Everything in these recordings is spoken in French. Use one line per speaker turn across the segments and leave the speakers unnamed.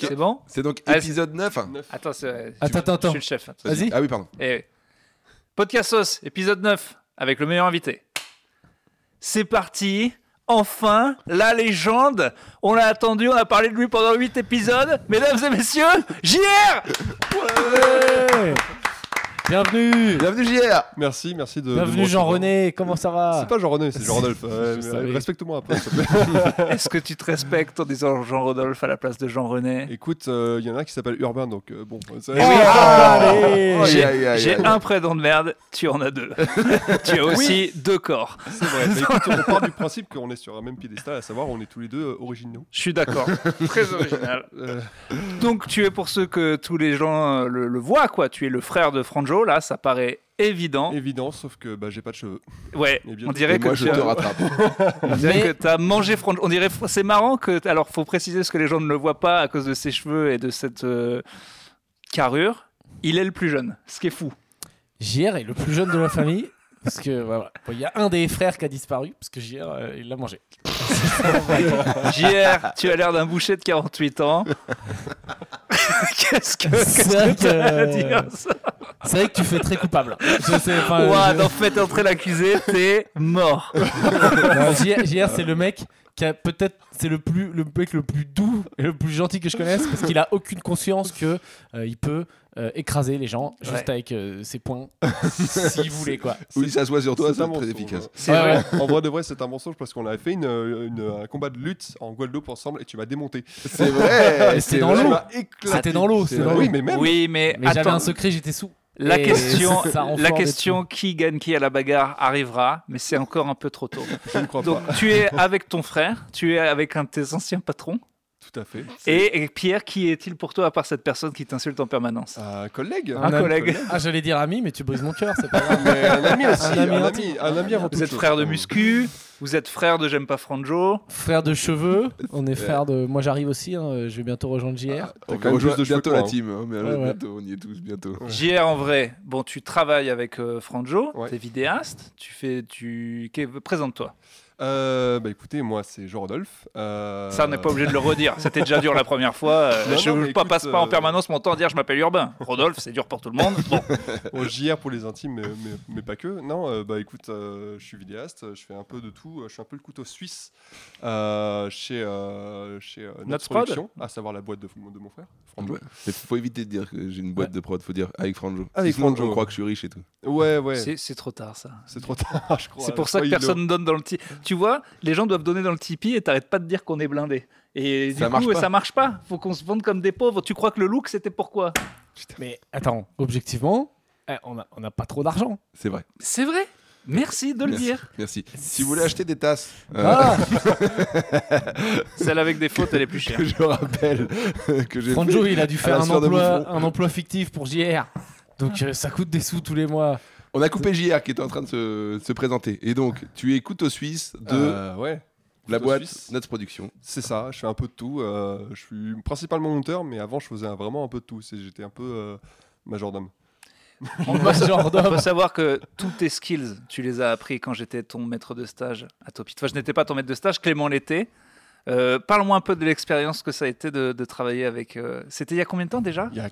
C'est bon
C'est donc
Ah,
épisode 9.
Attends, c'est-
Attends, attends,
je
attends.
suis le chef. attends.
Vas-y.
Ah oui, pardon.
Eh, Podcastos, épisode 9, avec le meilleur invité. C'est parti. Enfin, la légende. On l'a attendu, on a parlé de lui pendant 8 épisodes. Mesdames et messieurs, JR
Bienvenue
Bienvenue JR
Merci, merci de. de
Bienvenue
me
Jean-René, comment ça
recevoir.
va
C'est pas Jean-René, c'est Jean-Rodolphe. Ouais,
Je
mais,
savais.
euh, Respecte-moi après, s'il te plaît.
Est-ce que tu te respectes en disant Jean-Rodolphe à la place de Jean-René
Écoute, euh, il y en a un qui s'appelle Urbain, donc euh, bon. c'est-
Eh oui.
Allez
Aïe,
J'ai
aïe, aïe,
j'ai
aïe.
un prénom de merde, tu en as deux. tu as aussi deux corps.
C'est vrai. Mais écoute, on part du principe qu'on est sur un même piédestal, à savoir on est tous les deux euh, originaux.
Je suis d'accord. Très original.
Euh,
Donc tu es pour ceux que tous les gens euh, le, le voient quoi. Tu es le frère de Franjo là, ça paraît évident.
évident, sauf que bah, j'ai pas de cheveux.
Ouais.
Et bien-
On
Et
dirait que
moi, je
tu
te
as,
rattrape.
on dirait
Mais-
que t'as mangé Franjo. On dirait c'est marrant que alors faut préciser ce que les gens ne le voient pas à cause de ses cheveux et de cette euh, carrure. Il est le plus jeune, ce qui est fou.
JR est le plus jeune de la famille. Parce que voilà, Bon, il y a un des frères qui a disparu parce que JR euh, il l'a mangé.
JR, tu as l'air d'un boucher de 48 ans. Qu'est-ce que
C'est
qu'est-ce
vrai
que t'as à
que-
dire ça
C'est vrai que tu fais très coupable. Je sais, enfin,
Ouah,
je-
d'en fait entrer l'accusé, t'es mort.
Non, JR, JR, c'est le mec qui a peut-être c'est le plus le mec le plus doux et le plus gentil que je connaisse parce qu'il a aucune conscience que euh, il peut euh, écraser les gens juste
Ouais.
avec euh, ses poings s'il voulait quoi.
Oui, ça se voit sur toi,
C'est
c'est
un
très
mensonge. hein.
efficace.
C'est
Ouais,
vrai.
ouais.
En vrai de vrai, c'est un mensonge parce qu'on avait fait une, euh, une- un combat de lutte en Guadeloupe ensemble et tu m'as démonté.
C'est vrai
Mais
c'est
c'est dans
vrai.
l'eau.
Tu m'as éclaté.
C'était dans l'eau,
C'est-
c'était dans
Oui,
l'eau.
mais même.
Oui, mais,
Mais j'avais
attends,
un secret, j'étais sous.
la
et
question,
ça renforce
la
les
question qui gagne qui à la bagarre arrivera, mais c'est encore un peu trop tôt.
Je ne crois
Donc
pas.
tu es avec ton frère, tu es avec un de tes anciens patrons.
Tout à fait.
Et, et Pierre, qui est-il pour toi à part cette personne qui t'insulte en permanence
Un collègue.
Un
Ah. Un
collègue.
Ah, j'allais dire ami, mais tu brises mon cœur, c'est pas grave.
Mais un ami aussi.
Un
Un
ami
ami, un
intime.
ami, un ami avant
Vous
toute
êtes
chose.
frère de muscu, vous êtes frère de J'aime pas Franjo.
Frère de cheveux, on est frère de. Moi j'arrive aussi, hein, je vais bientôt rejoindre JR.
T'as
On
quand même
rejoint
plus de cheveux que
bientôt
moi,
la
hein.
team. hein, mais
Ouais, ouais.
bientôt, on y est tous bientôt.
Ouais.
JR en vrai, bon, tu travailles avec euh, Franjo,
Ouais.
t'es vidéaste, tu fais, tu, qu'est- présente-toi.
Euh, bah écoutez, moi c'est Jean-Rodolphe. Euh,
Ça, on n'est pas obligé de le redire. C'était déjà dur la première fois. euh,
Non,
je
non,
ne
mais écoute,
passe pas en
euh,
permanence mon temps à dire je m'appelle Urbain. Rodolphe, c'est dur pour tout le monde. Bon,
au JR pour les intimes, mais, mais- mais pas que. Non, euh, bah écoute, euh, je suis vidéaste, je fais un peu de tout. euh, Je suis un peu le couteau suisse euh, chez, euh, chez euh,
Notre
Notre
Prod.
Production, à savoir la boîte de, de mon frère, Franjo.
Ouais. Mais faut éviter de dire que j'ai une boîte de prod, faut dire avec Franjo.
Avec
Sinon,
Franjo.
on croit que je suis riche et tout.
Ouais, ouais,
c'est c'est trop tard ça.
c'est trop tard, je crois.
C'est pour
Je
ça
crois
que
qu'il
personne ne donne dans le Tipeee. Tu vois, les gens doivent donner dans le Tipeee et t'arrêtes pas de dire qu'on est blindé. Et du
Ça marche
coup,
pas.
ça marche pas. Faut qu'on se vende comme des pauvres. Tu crois que le look, c'était pourquoi
Mais attends, objectivement, eh, on n'a on a pas trop d'argent.
C'est vrai.
C'est vrai. Merci de le
Merci.
dire.
Merci. Si vous voulez acheter des tasses, euh,
Ah,
Celle avec des fautes, elle est plus chère.
que je rappelle que j'ai
Franjo,
fait
il a dû faire
la
un
sphère de
emploi,
Bouffon.
un emploi fictif pour JR. Donc euh, ça coûte des sous tous les mois.
On a coupé JR qui était en train de se, se présenter. Et donc, tu es couteau suisse de
donne- Euh, ouais.
la
couteau
boîte
suisse.
Notre Production.
C'est ça, je fais un peu de tout. euh, je suis principalement monteur, mais avant je faisais un- vraiment un peu de tout. c'est- J'étais un peu euh, majordome.
On peut,
Genre
on peut
d'homme.
savoir que tous tes skills, tu les as appris quand j'étais ton maître de stage à Topi. Toi, je n'étais pas ton maître de stage, Clément l'était. Euh, Parle-moi un peu de l'expérience que ça a été de, de travailler avec. euh, C'était il y a combien de temps déjà
Il y a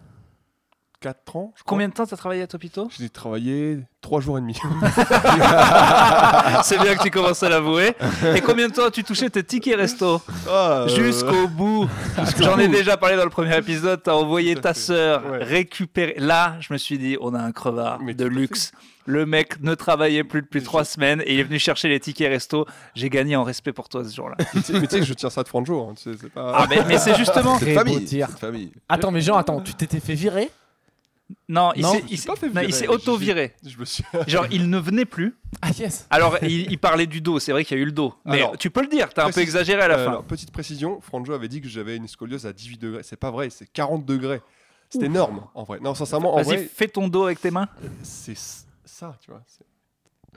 4 ans, je crois.
Combien de temps t'as travaillé à Topito
J'ai travaillé 3 jours et demi.
Ah, C'est bien que tu commences à l'avouer. Et combien de temps as-tu touché tes tickets resto
Ah, euh,
Jusqu'au bout. J'en ai déjà parlé dans le premier épisode. T'as envoyé
Tout à
ta
fait.
sœur
Ouais.
récupérer. Là, je me suis dit, on a un crevard
Mais
de
tout à
luxe. Le mec ne travaillait plus depuis
Je-
trois semaines et il est venu chercher les tickets resto. J'ai gagné en respect pour toi ce jour-là.
Mais tu sais- mais tu sais que je tiens ça de Franjo. Hein, tu sais, c'est
Ah,
pas...
mais, mais c'est justement.
Très
Cette
beau
famille.
tir.
Cette famille.
Attends, mais genre, attends, tu t'étais fait virer
Non, il
Non,
s'est-
je me
il
suis
s'est
pas fait
non, il
virer,
s'est
j'ai-
auto-viré.
Je me suis.
Genre, il ne venait plus.
Ah yes
Alors, il, il parlait du dos. C'est vrai qu'il y a eu le dos. Mais
Alors,
tu peux le dire. T'as un peu
précise-
exagéré à la
Euh,
fin.
alors, petite précision, Franjo avait dit que j'avais une scoliose à 18 degrés. C'est pas vrai, c'est 40 degrés. C'est énorme en vrai. Non, sincèrement, en
Vas-y,
vrai,
fais ton dos avec tes mains.
c'est s- ça, tu vois. c'est-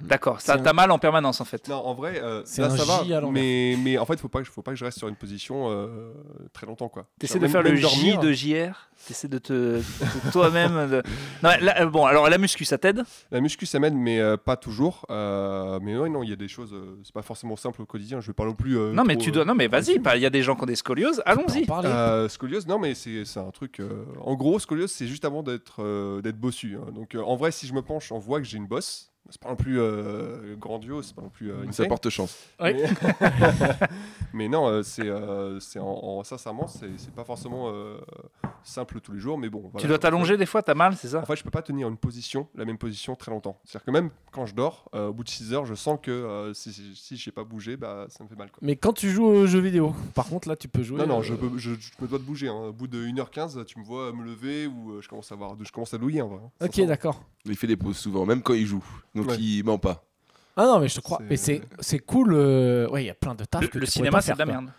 D'accord, ça
C'est un-
t'as mal en permanence en fait.
Non, en vrai, euh,
C'est
là,
un
ça
J à
va.
l'envers.
Mais, mais en fait, faut pas, que- faut pas que je reste sur une position euh, très longtemps, quoi.
T'essaies de
Même-
faire le
même
J
dormir.
de JR, t'essaies de te de toi-même. de- Non, mais là, euh, bon, alors la muscu, ça t'aide
La muscu, ça m'aide, mais euh, pas toujours. Euh, mais ouais, non, il y a des choses. euh, c'est pas forcément simple au quotidien. Je vais pas non plus. euh,
Non, mais
trop,
tu
euh,
dois. Non, mais vas-y.
là-dessus.
bah, Il y a des gens qui ont des scolioses. Allons-y.
en parler.
Euh, scoliose, non, mais c'est c'est un truc. euh, en gros, scoliose, c'est juste avant d'être euh, d'être bossu. hein. Donc, euh, en vrai, si je me penche, on voit que j'ai une bosse. C'est pas non plus euh, grandiose, c'est pas non plus. euh,
Ça
insane.
porte chance.
Ouais.
Mais- mais non, euh, c'est euh, c'est en, en- sincèrement, c'est c'est pas forcément euh, simple tous les jours, mais bon.
Tu
voilà.
dois t'allonger des fois. T'as mal, c'est ça
En fait, je peux pas tenir une position, la même position très longtemps. C'est-à-dire que même quand je dors, euh, au bout de 6 heures, je sens que euh, si, si, si j'ai pas bougé, bah ça me fait mal. Quoi.
Mais quand tu joues aux jeux vidéo, par contre, là, tu peux jouer.
non, non,
euh,
je, peux- je- je me dois de bouger. hein. Au bout de 1h15, tu me vois me lever ou euh, je commence à voir, je commence à douiller en vrai. hein.
Ok,
Sincèrement.
d'accord.
Il fait des pauses souvent, même quand il joue. Donc
Ouais.
il ment pas.
Ah non, mais je te crois.
C'est-
Mais c'est c'est cool. euh, Ouais, il y a plein de tafs
Le,
que
le
tu pourrais
cinéma,
pas
c'est de la
faire, quoi.
merde.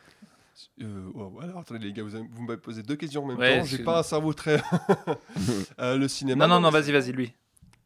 Euh, oh, ouais, alors, attendez les gars, vous, avez- vous m'avez posé deux questions en même
Ouais,
temps. J'ai
c'est-
pas un cerveau très. Euh, le cinéma.
Non, non, non,
mais
vas-y, vas-y, lui.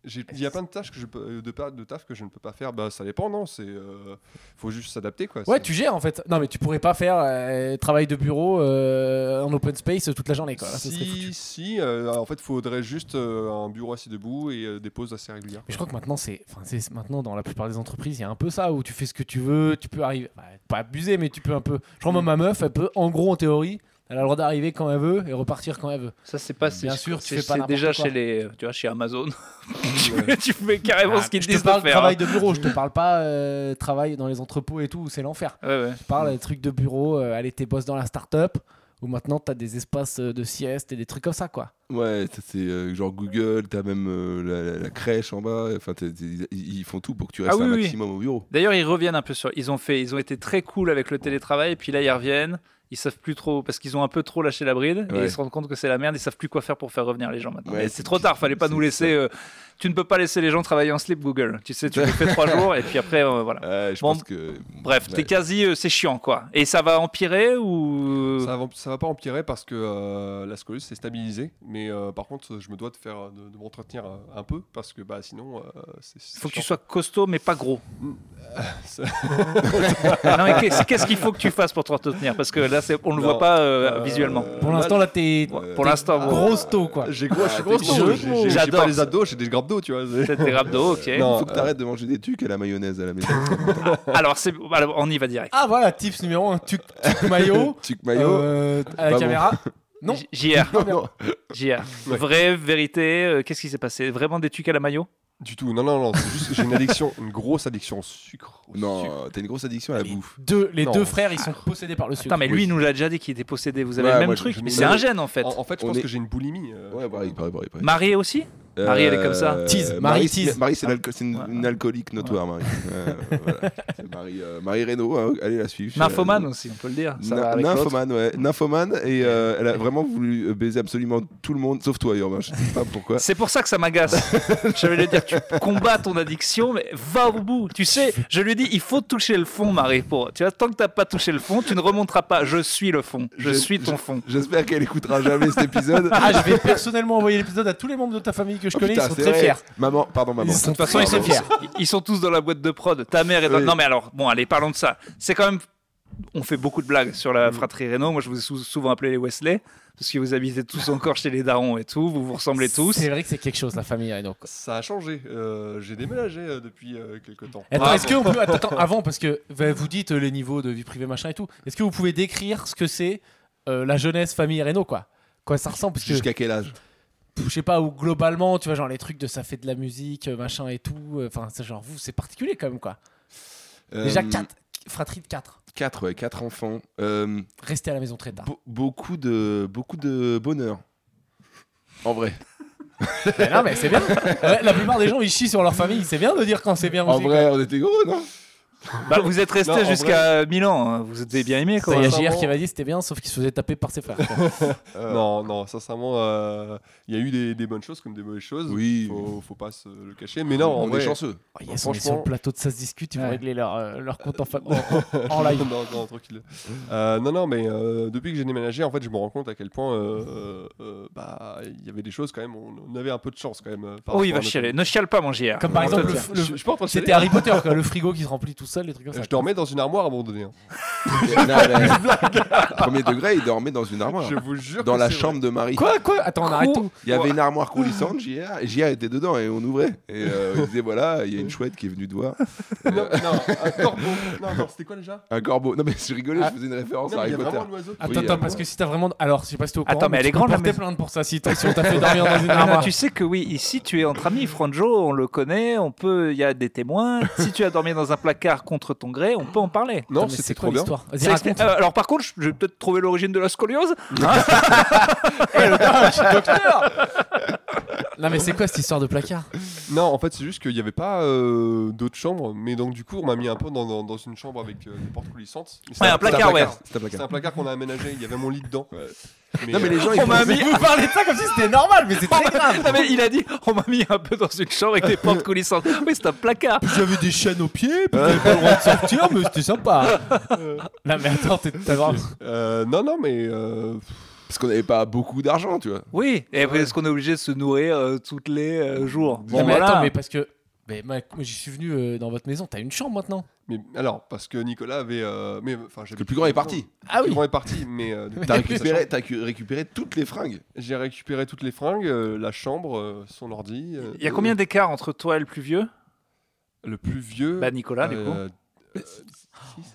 j'ai- Il y a plein de tâches que je peux, euh, de, pa- de taf que je ne peux pas faire. Bah ça dépend, non. C'est euh, faut juste s'adapter quoi.
Ouais,
C'est-
tu gères en fait. Non, mais tu pourrais pas faire euh, travail de bureau euh, en open space toute la journée, quoi. Là, ça serait foutu.
Si, si, euh, en fait, il faudrait juste euh, un bureau assis debout et euh, des pauses assez régulières.
Mais je crois que maintenant, c'est, enfin, c'est maintenant dans la plupart des entreprises, il y a un peu ça où tu fais ce que tu veux, tu peux arriver, bah, pas abuser, mais tu peux un peu. Je
Mm.
crois moi, ma meuf, elle peut, en gros, en théorie, elle a le droit d'arriver quand elle veut et repartir quand elle veut.
Ça, c'est pas.
Bien
c'est-
sûr, tu
c'est-
fais pas
C'est
n'importe
déjà
quoi.
chez les. Tu vois, chez Amazon. tu fais carrément
Ah,
ce qu'ils
je
te
te
disent de
parle
faire. hein.
travail de bureau, je te parle pas euh, travail dans les entrepôts et tout, où c'est l'enfer.
hein. Ouais, ouais.
Je parle des trucs de bureau, euh, elle était boss dans la start-up, où maintenant t'as des espaces euh, de sieste et des trucs comme ça, quoi.
Ouais, ça, c'est euh, genre Google, t'as même euh, la, la- la crèche en bas. Enfin, t'es- t'es- ils- ils font tout pour que tu restes
Ah oui,
un
oui.
maximum au bureau.
D'ailleurs, ils reviennent un peu sur. Ils ont fait. Ils ont été très cool avec le télétravail, et puis là, ils reviennent. Ils savent plus trop parce qu'ils ont un peu trop lâché la bride et
Ouais.
ils se rendent compte que c'est la merde. Ils savent plus quoi faire pour faire revenir les gens maintenant.
Ouais,
Mais
c'est-
c'est trop tard. Fallait pas
c'est
nous laisser.
ça.
euh, tu ne peux pas laisser les gens travailler en slip Google. Tu sais, tu le fais trois jours et puis après, euh, voilà.
Ouais, je
Bon,
pense que.
Bref,
Ouais.
t'es quasi, euh, c'est chiant quoi. Et ça va empirer ou
Ça va, ça va pas empirer parce que euh, la scoliose c'est stabilisé, mais euh, par contre, je me dois de faire de, de m'entretenir euh, un peu parce que bah sinon, euh, c'est. c'est
faut que tu
chiant.
sois
Mm.
costaud mais pas gros.
ça-
non mais qu'est- qu'est-ce qu'il faut que tu fasses pour t'entretenir Parce que là, c'est- on le
Non,
voit pas euh,
euh,
visuellement.
Bah,
Pour l'instant, là, t'es
Pour-
euh,
pour l'instant,
ah,
bon,
grosse taux, quoi.
J'ai gros, je suis
Ah,
gros,
t'es
j'ai-
gros.
j'ai- j'ai
J'adore.
pas les abdos, j'ai des grappes d'eau, tu vois. c'est-
c'est tes rap de haut, ok.
Non,
faut que t'arrêtes
euh.
de manger des trucs à la mayonnaise à la maison.
Alors, c'est- alors, on y va direct.
Ah voilà, tips numéro 1, tuc, tuc maillot,
Tic mayo.
euh, à la
Pas bon.
caméra. Non.
J- JR,
Non, non.
JR. Vraie vérité, euh, qu'est-ce qui s'est passé Vraiment des tucs à la maillot
Du tout, non, non, non, c'est juste que j'ai une addiction, une grosse addiction au sucre. au sucre.
Non, t'as une grosse addiction à la
Les
bouffe.
deux, les
Non.
deux frères, ils sont possédés par le sucre.
Putain, Ah. mais lui,
Oui.
il nous l'a déjà dit qu'il était possédé. Vous avez
Ouais,
le même
moi, je-
truc,
je
mais
me-
c'est un gène en fait.
En, en fait, je
On
pense
est-
que j'ai une boulimie. euh,
Ouais, bah, pareil, pareil, pareil. pareil.
Marié aussi Marie, elle est comme ça.
Tease,
Marie,
Marie,
c'est-
tease.
Marie, c'est l'alco- c'est une,
Ouais.
une alcoolique notoire, Marie. Euh, voilà. C'est Marie, euh, Marie Reynaud, hein, allez la suivre.
Nymphomane aussi, on peut le dire. Ça va
Na-
avec l'autre.
nymphomane, ouais. Nymphomane, et euh, elle a vraiment voulu euh, baiser absolument tout le monde, sauf toi, Urbain. Je sais pas pourquoi.
C'est pour ça que ça m'agace. J'allais lui dire, tu combats ton addiction, mais va au bout. Tu sais, je lui dis, il faut toucher le fond, Marie. Pour, tu vois, tant que t'as pas touché le fond, tu ne remonteras pas. Je suis le fond. Je,
Je-
suis ton fond.
J'espère qu'elle écoutera jamais cet épisode.
Ah, je vais personnellement envoyer l'épisode à tous les membres de ta famille que je
Oh,
connais,
putain,
ils sont
c'est
très
vrai.
fiers.
Maman, pardon, maman.
Ils sont-
De toute façon, ils sont,
Pardon.
tous, ils sont tous dans la boîte de prod. Ta mère est dans...
Oui.
Non, mais alors, bon, allez, parlons de ça. C'est quand même... On fait beaucoup de blagues sur
Mm.
la fratrie Renault. Moi, je vous ai sou- souvent appelé les Wesley, parce que vous habitez tous encore chez les darons et tout. Vous vous ressemblez tous.
C'est vrai que c'est quelque chose, la famille hein, Reno. quoi.
Ça a changé. euh, j'ai déménagé euh, depuis quelques temps.
Attends,
Bravo.
est-ce que on peut- attends, attends, avant, parce que bah, vous dites euh, les niveaux de vie privée, machin et tout, est-ce que vous pouvez décrire ce que c'est euh, la jeunesse famille Reno, quoi Quoi ça ressemble Parce que
Jusqu'à quel âge
je sais pas, ou globalement, tu vois, genre les trucs de ça fait de la musique, euh, machin et tout, euh, enfin, c'est genre vous, c'est particulier quand même, quoi. Déjà
Euh,
4, fratrie de 4,
quatre, ouais, quatre enfants. Euh,
rester à la maison très tard.
Be- beaucoup de beaucoup de bonheur. En vrai.
Mais non, mais c'est bien. Ouais, la plupart des gens, ils chient sur leur famille. C'est bien de dire quand c'est bien
En
aussi.
vrai, on était gros, non
Bah, vous êtes resté
Non, en
jusqu'à Milan, hein. vous avez bien aimé quoi.
Il y a
Sincèrement-
JR qui avait dit c'était bien, sauf qu'il se faisait taper par ses frères. quoi.
Euh,
Non, non, sincèrement, euh, il y a eu des, des bonnes choses comme des mauvaises choses.
Oui.
Faut, faut pas se le cacher. Mais non, en
on est
vrai,
chanceux.
Oh, yes, on est sur
Franchement-
le plateau de Ça se discute, ils vont
Ouais.
régler leur, euh, leur compte en, fa- en- en live.
non, non, tranquille. Euh, non, non, mais euh, depuis que j'ai déménagé, en fait, je me rends compte à quel point euh, euh, bah, il y avait des choses quand même. On, on avait un peu de chance quand même. euh, par
Oh, il va
rapport à notre-
chialer. Ne chiale pas, mon JR.
Comme par exemple, le,
Je- je,
le-
je peux en train de
c'était
chialer.
Harry Potter, quoi, le frigo qui se remplit tout seul, les trucs comme ça.
Je dormais dans une armoire à un moment donné. hein.
euh, Premier degré, il dormait dans une armoire.
Je vous jure.
Dans
que
la
c'est
chambre de Marie.
Quoi, quoi Attends, on arrête
Quoi
tout.
Il y avait une armoire coulissante, JR, et JR était dedans et on ouvrait. Et euh, il disait voilà, il y a une chouette qui est venue te voir.
vrai. Non, non, un corbeau. Non, attends, c'était quoi déjà
Un corbeau. Non mais je rigolais, je faisais une référence
Non,
à
mais il y
Harry
a
Potter.
vraiment un oiseau. qui-
Attends,
Oui,
attends,
euh,
parce que si t'as vraiment. Alors, je sais pas si t'es au courant.
Attends, mais elle
tu
est
peux
grande, la
porter
maison.
plainte pour ça si t'as si on t'a fait dormir dans une
Ah,
armoire.
tu sais que oui, ici tu es entre amis, Franjo, on le connaît, on peut, il y a des témoins. Si tu as dormi dans un placard contre ton gré, on peut en parler.
Non,
Attends, mais
c'était
c'est
trop
quoi
bien.
l'histoire Vas-y,
C'est expli-
raconte.
Euh, alors par contre, je- je vais peut-être trouver l'origine de la scoliose.
Non, mais c'est quoi cette histoire de placard
Non, en fait, c'est juste qu'il n'y avait pas euh, d'autres chambres, mais donc du coup, on m'a mis un peu dans, dans- dans une chambre avec euh, des portes coulissantes. Mais c'est
Ouais, un
C'est
placard, ouais.
C'est un
C'est
placard.
un placard qu'on a aménagé, il y avait mon lit dedans. Mais, euh,
Non mais les gens ils
On m'a
pensent-
mis,
Vous parlez de ça comme si c'était normal, mais c'est
on
très
m'a-
grave.
Non, mais il a dit, on m'a mis un peu dans une chambre avec des portes coulissantes. Oui, c'est un placard.
J'avais des chaînes aux pieds, puis j'avais pas le droit de sortir, mais c'était sympa. Non, mais attends, t'es t'as vraiment-
Euh, non, non, mais euh,
parce qu'on n'avait pas beaucoup d'argent, tu vois.
Oui. Et après, est-ce qu'on est obligé de se nourrir euh, toutes les euh, jours
non,
Bon,
mais
voilà.
attends, mais parce que. Mais moi, moi, j'y suis venu euh, dans votre maison, t'as une chambre maintenant.
mais alors parce que Nicolas avait, euh, mais enfin, j'avais-
Le plus grand est parti.
Ah
Le
oui.
plus grand est parti, mais euh, depuis
T'as
que j'ai sa
récupéré,
chambre,
t'as cu- récupéré toutes les fringues.
J'ai récupéré toutes les fringues, euh, la chambre, euh, son ordi. euh,
Il y a combien d'écart entre toi et le plus vieux
Le plus vieux.
Bah, Nicolas, du coup.
euh,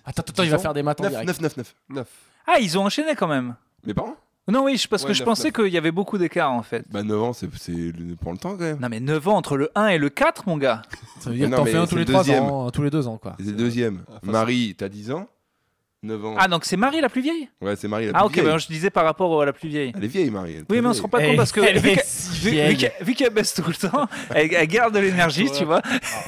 Attends, attends, il va
Disons,
faire des maths en
9,
direct.
9, 9, 9.
neuf.
Ah, ils ont enchaîné quand même.
Mes parents
Non, oui, je- parce
Ouais,
que je
neuf,
pensais qu'il y avait beaucoup d'écart en fait.
Bah 9 ans, c'est, c'est le- prend le temps quand même.
Non, mais 9 ans entre le 1 et le 4, mon gars.
Ça veut dire que
Non,
t'en
mais
fais un
c'est
tous
le
les trois
deuxième.
ans, un tous les deux ans, quoi.
C'est le deuxième.
Ah, facile.
Marie, t'as 10 ans 9 ans.
Ah, donc c'est Marie la plus vieille Eh.
Ouais, c'est Marie la plus
Ah, ok,
vieille.
bah, je disais par rapport à la plus vieille.
Elle est vieille, Marie. elle est
Oui,
très
mais on se
vieille.
rend pas compte parce que.
Elle
vu
est
qu'elle-
si
Vu, vu
vieille.
qu'elle- vu qu'elle baisse tout le temps, elle, elle garde de l'énergie, tu vois.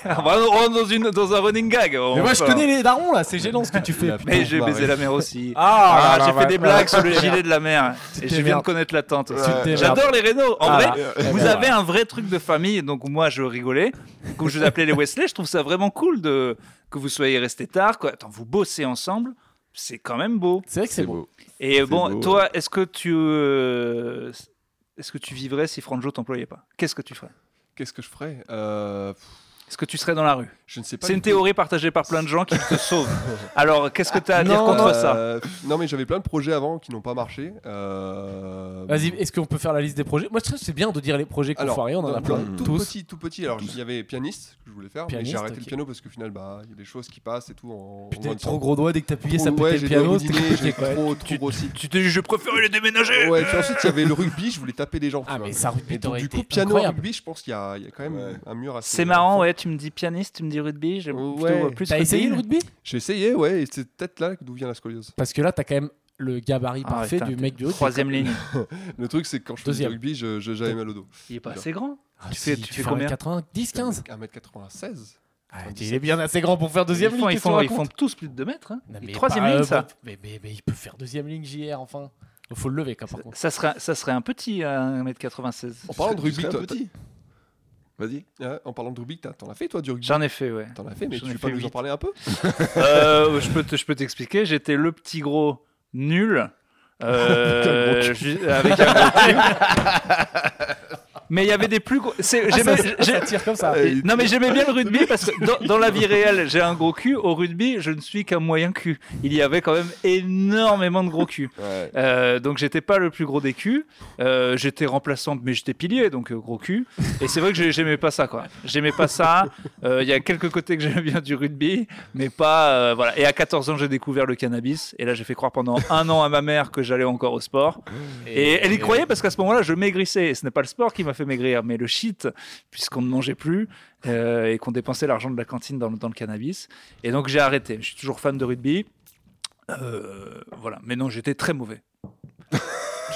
Ah.
On va on rentre dans, une, dans un running gag. on
Mais moi, je
peut-
connais les darons, là, c'est gênant ce que tu fais.
La-
putain.
Mais j'ai
Bah,
baisé
ouais.
la mer aussi.
Ah,
Ah,
là,
j'ai
là,
fait
là,
des
là, là,
blagues sur le
là, là.
gilet de la mer. Et
tes
je viens
merdes.
de connaître la tente.
Tu te démerdes.
J'adore les rénaux. En
Ah,
vrai,
là. Eh
vous
ben,
avez un vrai truc de famille. Donc moi, je rigolais. Comme je vous appelais les Wesley, je trouve ça vraiment cool de que vous soyez restés tard. Quoi. Attends, vous bossez ensemble. C'est quand même beau.
C'est vrai que c'est
C'est
bon.
beau.
Et
C'est
bon,
beau,
toi, est-ce que tu euh, est-ce que tu vivrais si Franjo t'employait pas Qu'est-ce que tu ferais
Qu'est-ce que je ferais Euh, pff,
Est-ce que tu serais dans la rue
Je ne sais pas.
C'est
du
une
tout.
théorie partagée par plein de gens qui te sauvent. Alors, qu'est-ce que tu as à dire
Non,
contre ça
Euh, Non, mais j'avais plein de projets avant qui n'ont pas marché. euh,
Vas-y, est-ce qu'on peut faire la liste des projets Moi, je trouve que c'est bien de dire les projets qu'on foiré, on en a
dans-
plein.
dans- Tout
Tous.
petit, tout petit. Alors, il y avait pianiste que je voulais faire, mais
Pianiste,
j'ai arrêté
ok.
le piano parce que final, bah, il y a des choses qui passent et tout. En, en
Putain,
moins de
trop
temps.
gros doigt, dès que t'appuyais, ça
Trop-
pétait
ouais,
le
j'ai
piano,
dû
c'était
dîner,
compliqué,
j'ai
quoi.
trop, trop grossi.
Tu t'es dit, je préfère les déménager.
Ouais, puis ensuite, il y avait le rugby, je voulais taper des gens. tu
Ah,
vois.
mais ça,
Et
rugby,
donc,
t'aurais
du coup,
été
piano
incroyable.
rugby, je pense qu'il y, a il y a quand même
Ouais.
un mur assez.
C'est marrant, ouais. Tu me dis pianiste, tu me dis rugby. J'aime plutôt euh,
Ouais.
plus
T'as
rugby.
essayé le rugby
J'ai essayé, ouais, et c'est peut-être là d'où vient la scoliose.
Parce que là, t'as quand même le gabarit
Ah,
parfait
putain,
du mec du haut.
Troisième ligne.
Le truc, c'est que quand je faisais
Deuxième.
du rugby, je- je- j'avais mal au dos.
Il est pas
Genre.
assez grand.
Ah,
Tu
si,
fais- tu fais
un
combien
90, 15
1m96
Ah, Il est bien assez grand pour faire deuxième
ils
ligne.
font, ils
qu'est-ce qu'on
font, ils
raconte
font tous plus de 2 mètres. hein.
Non,
Et
mais
troisième
pas,
ligne,
euh,
ça.
Mais, mais- mais il peut faire deuxième ligne JR, enfin. Faut le lever, quoi, par contre.
Ça serait, ça serait un petit euh, 1m96.
Oh.
En parlant de
Tu
rugby,
serais un
toi,
petit. Vas-y.
Ouais, en parlant de rugby, t'as- t'en as fait toi du rugby
J'en ai fait, ouais.
T'en as fait, mais
J'en
tu
ai
veux pas
fait
nous en
huit.
parler un peu
Euh, je peux te- je peux t'expliquer. J'étais le petit gros nul. euh, ju- avec un gros cul. mais il y avait des plus gros. c'est- j'aimais- j'ai-
Ça tire comme ça.
Euh,
non mais j'aimais bien le rugby parce que dans, dans la vie réelle j'ai un gros cul. Au rugby je ne suis qu'un moyen cul. Il y avait quand même énormément de gros culs.
Ouais.
Euh, donc j'étais pas le plus gros des culs. Euh, j'étais remplaçant, mais j'étais pilier, donc euh, gros cul. Et c'est vrai que j'ai- j'aimais pas ça, quoi. J'aimais pas ça. Euh, Il y a quelques côtés que j'aimais bien du rugby, mais pas euh, voilà. Et à 14 ans, j'ai découvert le cannabis. Et là, j'ai fait croire pendant un an à ma mère que j'allais encore au sport. Et elle y croyait parce qu'à ce moment-là, je maigrissais. Et ce n'est pas le sport qui m'a fait maigrir, mais le shit, puisqu'on ne mangeait plus euh, et qu'on dépensait l'argent de la cantine dans, le- dans le cannabis. Et donc j'ai arrêté. Je suis toujours fan de rugby. Euh, voilà. Mais non, j'étais très mauvais.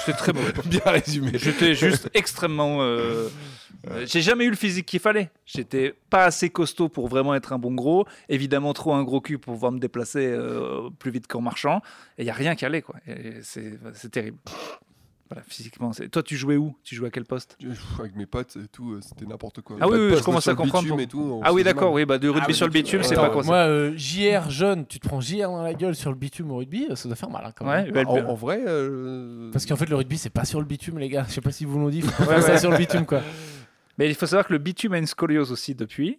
C'était très mauvais.
Bien résumé.
J'étais juste extrêmement. euh, euh, J'ai jamais eu le physique qu'il fallait. J'étais pas assez costaud pour vraiment être un bon gros. Évidemment, trop un gros cul pour pouvoir me déplacer euh, plus vite qu'en marchant. Et il y a rien qui allait, quoi. Et C'est c'est terrible. Voilà, physiquement. c'est- Toi, tu jouais où Tu jouais à quel poste
Je- pff, Avec mes potes et tout, euh, c'était n'importe quoi.
Ah oui,
Pas de
oui, je
poste
commence
sur
à
le
comprendre
bitume
pour-
et tout, on
Ah oui,
faisait mal.
d'accord. Oui, bah, de rugby
oui,
sur le
du-
bitume,
euh,
c'est pas
attends,
quoi
Moi, euh, JR jeune, tu te prends JR dans la gueule sur le bitume au rugby, euh, ça doit faire mal hein, quand
Ouais,
même.
bah,
Ah, En, en vrai, euh,
Parce qu'en fait, le rugby, c'est pas sur le bitume, les gars. Je sais pas si vous l'ont dit. Faut pas
Ouais,
faire ça
ouais.
sur le bitume, quoi.
Mais il faut savoir que le bitume a une scoliose aussi depuis.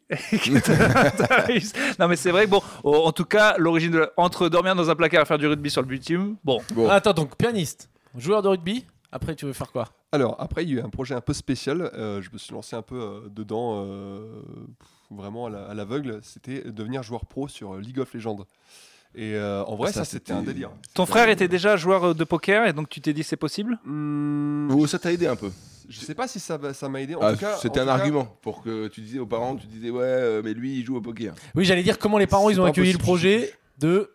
non, mais c'est vrai que, bon, oh, en tout cas, l'origine de. Entre dormir dans un placard et faire du rugby sur le bitume, bon.
Bon.
Ah, attends, donc pianiste, joueur de rugby. Après, tu veux faire quoi
Alors, après, il y a eu un projet un peu spécial. euh, je me suis lancé un peu euh, dedans, euh, pff, vraiment à la- à l'aveugle. C'était devenir joueur pro sur euh, League of Legends. Et euh, en vrai,
bah, ça,
ça, c'était
c'était-
un délire.
Ton frère était déjà joueur euh, de poker et donc tu t'es dit c'est possible
Hmm,
Ou ça t'a aidé un peu.
je sais pas si ça va- ça m'a aidé. En
Ah,
tout cas,
C'était
en
un
tout cas,
argument pour que tu disais aux parents, tu disais ouais, euh, mais lui il joue au poker.
Oui, j'allais dire comment les parents
C'est
ils ont
pas
accueilli le
possible.
projet de.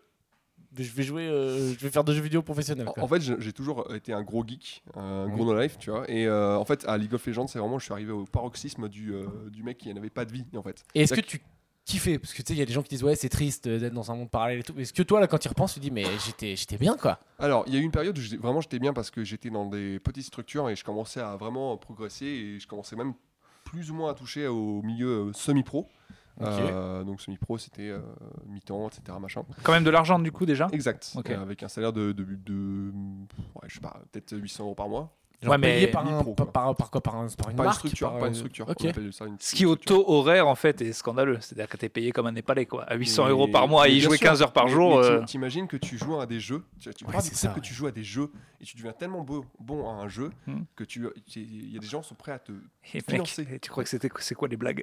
Je vais jouer, euh, je vais faire des jeux vidéo professionnels.
En-
quoi.
En fait, j'ai j'ai toujours été un gros geek, un
Mhm.
gros no life, tu vois. Et euh, en fait, à League of Legends, c'est vraiment, je suis arrivé au paroxysme du, euh, du mec qui n'avait pas de vie, en fait.
Et est-ce que tu kiffais Parce que tu sais, il y a des gens qui disent ouais, c'est triste euh, d'être dans un monde parallèle et tout. Mais Est-ce que toi, là, quand tu y repenses, tu dis mais j'étais, j'étais bien quoi
Alors, il y a eu une période où j'étais- vraiment j'étais bien parce que j'étais dans des petites structures et je commençais à vraiment progresser et je commençais même plus ou moins à toucher au milieu euh, semi-pro.
Ok.
Euh, donc semi-pro, c'était euh, mi-temps, etc. Machin.
Quand même de l'argent du coup déjà
Exact.
Ok.
Euh, avec un salaire de, de, de- ouais, je sais pas, peut-être 800 euros par mois.
Genre
Ouais, mais
payé par, un,
mi-pro,
par,
quoi.
par, par quoi Par, un- par une
Pas une
marque
structure,
par,
pas une
euh,
structure.
Ok.
on appelle ça une
Ce qui au
structure.
taux horaire en fait est scandaleux. C'est-à-dire que t'es payé comme un Népalais quoi. À 800
Mais-
euros par mois et
mais
y
bien
jouer
sûr.
15 heures par
Mais-
jour.
mais tu-
euh,
T'imagines que tu joues à des jeux. Tu, tu
Ouais,
parles du
c'est
fait
ça,
que
ouais.
tu joues à des jeux et tu deviens tellement beau, bon à un jeu
Hmm.
que tu, tu- il y a des gens qui sont prêts à te.
et mec,
financé.
tu crois que c'était c'est quoi les blagues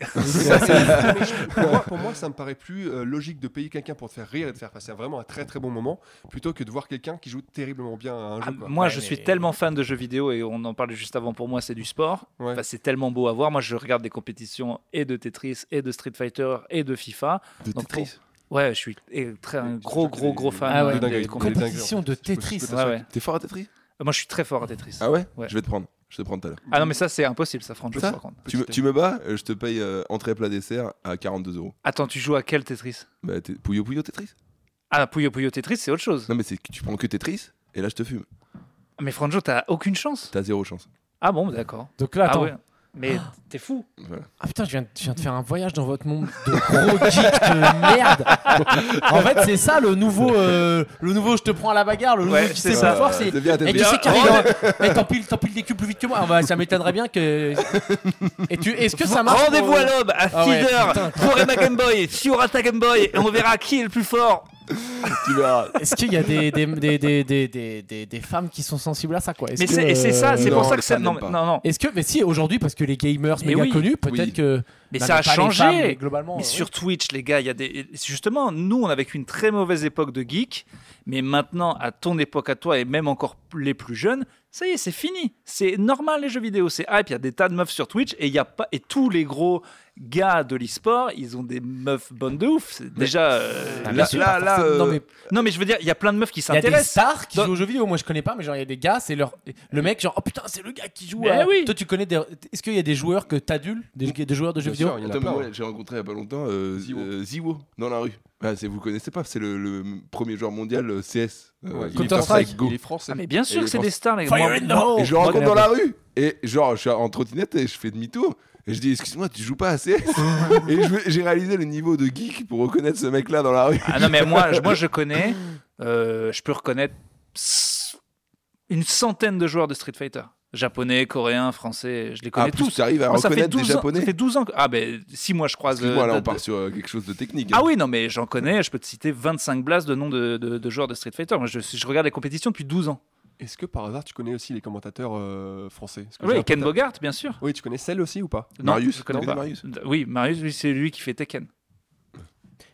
pour, moi, pour moi, ça me paraît plus euh, logique de payer quelqu'un pour te faire rire et te faire passer vraiment un très très bon moment plutôt que de voir quelqu'un qui joue terriblement bien à un
Ah,
jeu. quoi.
Moi
Ouais,
je
mais-
suis tellement fan de jeux vidéo et on en parlait juste avant pour moi c'est du sport.
Ouais.
Enfin, c'est tellement beau à voir. Moi je regarde des compétitions et de Tetris et de Street Fighter et de FIFA.
De
Donc, Ouais, je suis eh, très, un
Et tu
gros
joues que
gros
des-
gros fan
Ah ouais.
euh,
Des
des
dingueries, des
compétitions.
dingueries.
Compétition de Tetris.
Je peux- je peux
Ouais, ouais.
T'es fort à Tetris
Moi je suis très fort à Tetris.
Ah ouais,
Ouais.
Je vais te prendre. Je vais te prendre tout à l'heure.
Ah non mais ça c'est impossible ça franchement
Ça
par contre.
Tu, me- tu me bats, euh, je te paye euh, entrée plat dessert à 42 euros.
Attends tu joues à quel Tetris
Bah, t'es- Pouyo Pouyo Tetris
Ah, Puyo Puyo Tetris, c'est autre chose.
Non mais c'est que tu prends que Tetris et là je te fume.
Mais Franjo, t'as aucune chance.
T'as zéro chance.
Ah bon, d'accord.
Donc là,
Ah
attends.
ouais. Mais t'es fou.
Voilà.
Ah putain, je viens, de- je viens de faire un voyage dans votre monde de gros geek de merde. En fait, c'est ça le nouveau, euh, le nouveau, je te prends à la bagarre, le nouveau
Ouais,
qui
c'est
sait
ça.
plus fort, c'est.
Deviens
Et
Tetris.
tu
bien.
sais qu'il
Oh,
arrive, hein. Et t'empiles, t'empiles des culs plus vite que moi. Ah bah, ça m'étonnerait bien que. Et tu, est-ce que ça
Ah,
marche pour-
Rendez-vous à l'aube, à 6h,
Ah ouais, putain.
j'aurai ma Game Boy, tu auras ta Game Boy, et on verra qui est le plus fort.
Tu verras.
Est-ce qu'il y a des, des, des, des, des, des, des- des femmes qui sont sensibles à ça quoi Est-ce
Mais
que,
c'est et c'est
euh,
ça, c'est
non,
pour ça
les
que ça.
femmes
Non,
n'aiment
mais-
pas.
non, non.
Est-ce que, mais si aujourd'hui, parce que les gamers
Mais
méga
oui.
connus, peut-être
Oui.
que.
Mais
Non,
ça a
pas les femmes, mais
changé.
globalement. euh,
Mais
oui.
sur Twitch, les gars, il y a des. Justement, nous, on a vécu une très mauvaise époque de geek, mais maintenant, à ton époque, à toi, et même encore les plus jeunes, ça y est, c'est fini. C'est normal les jeux vidéo, c'est hype. Il y a des tas de meufs sur Twitch, et il y a pas. Et tous les gros gars de l'e-sport, ils ont des meufs bonnes de ouf. C'est Déjà. euh,
Ah, bien
Là-
sûr,
là-
pas
là,
forcément. Non,
euh,
mais
Non, mais je veux dire, il y a plein de meufs qui
Il y a des
s'intéressent.
stars qui
Dans-
jouent aux jeux vidéo. Moi, je connais pas, mais genre, il y a des gars, c'est leur. Le mec, genre, oh putain, c'est le gars qui joue.
Mais
à-
oui.
Toi, tu connais des. Est-ce qu'il y a des joueurs que t'adules des, des joueurs de jeux
Bien
vidéo
sûr, il y en a
Attends,
plein,
moi,
ouais.
j'ai rencontré il y a pas longtemps euh,
Ziwo.
euh, Ziwo dans la rue. Ah, c'est- vous connaissez pas, c'est le, le premier joueur mondial euh, CS. euh,
Ouais, il est
Counter
français,
Strike.
Il est français.
Ah, mais bien sûr
Et
que c'est
les
des stars, les gars.
Fire
Moi-
in the
moi-
hole.
Et je le rencontre dans la rue. Et genre, je suis en trottinette et je fais demi-tour. Et je dis, excuse-moi, tu joues pas à CS Et je me- j'ai réalisé le niveau de geek pour reconnaître ce mec-là dans la rue.
Ah non, mais moi, je- moi je connais, euh, je peux reconnaître pss, une centaine de joueurs de Street Fighter. Japonais, coréens, français, je les connais
Ah, plus
tous.
tu arrives à
Moi, ça, fait
reconnaître des
12 ans,
japonais.
ça fait 12 ans que- Ah, ben si moi je croise. euh,
Excuse-moi, là,
de-
on
de-
part sur euh, quelque chose de technique.
Ah oui, non, mais j'en connais, je peux te citer 25 blasts de noms de, de- de joueurs de Street Fighter. Moi, je, je regarde les compétitions depuis 12 ans.
Est-ce que par hasard tu connais aussi les commentateurs euh, français Parce
Ah,
que j'ai
Oui,
un
Ken
pote à-
Bogart, bien sûr.
Oui, tu connais celle aussi ou pas
Non,
Marius,
je connais
non,
pas.
Marius.
Oui, Marius, lui, c'est lui qui fait Tekken.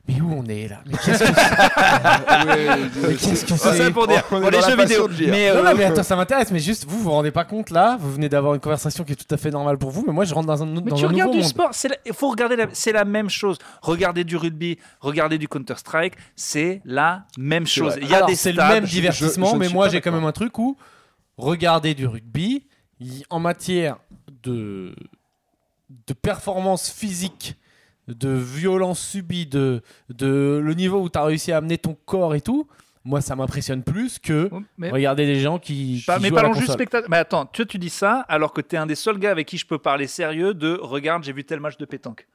Mais où on est là Mais qu'est-ce que euh, mais qu'est-ce que
C'est
c'est
Ah, ça pour dire,
on
pour
est
les
dans la
jeux
façon
vidéo.
de dire.
Mais,
Non,
euh,
non, mais attends, ça m'intéresse, mais juste, vous vous rendez pas compte là, vous venez d'avoir une conversation qui est tout à fait normale pour vous, mais moi, je rentre dans un, autre-
Mais
dans
tu
un nouveau
regardes du
monde.
sport, c'est la- il faut regarder, la- c'est la même chose. Regarder du rugby, regarder du Counter Strike, c'est la même chose.
vrai.
Il y a
Alors,
des
c'est le
stades.
même divertissement,
je ne
mais
suis
moi,
pas
j'ai quand
d'accord.
même un truc où regarder du rugby, il- en matière de, de performance physique, de violence subie, de, de le niveau où tu as réussi à amener ton corps et tout, moi ça m'impressionne plus que
Oh, Mais,
regarder des gens qui,
pas-
qui
mais
jouent à la
parlons juste
console.
spectacle. Mais attends, tu, tu dis ça alors que t'es un des seuls gars avec qui je peux parler sérieux de regarde, j'ai vu tel match de pétanque.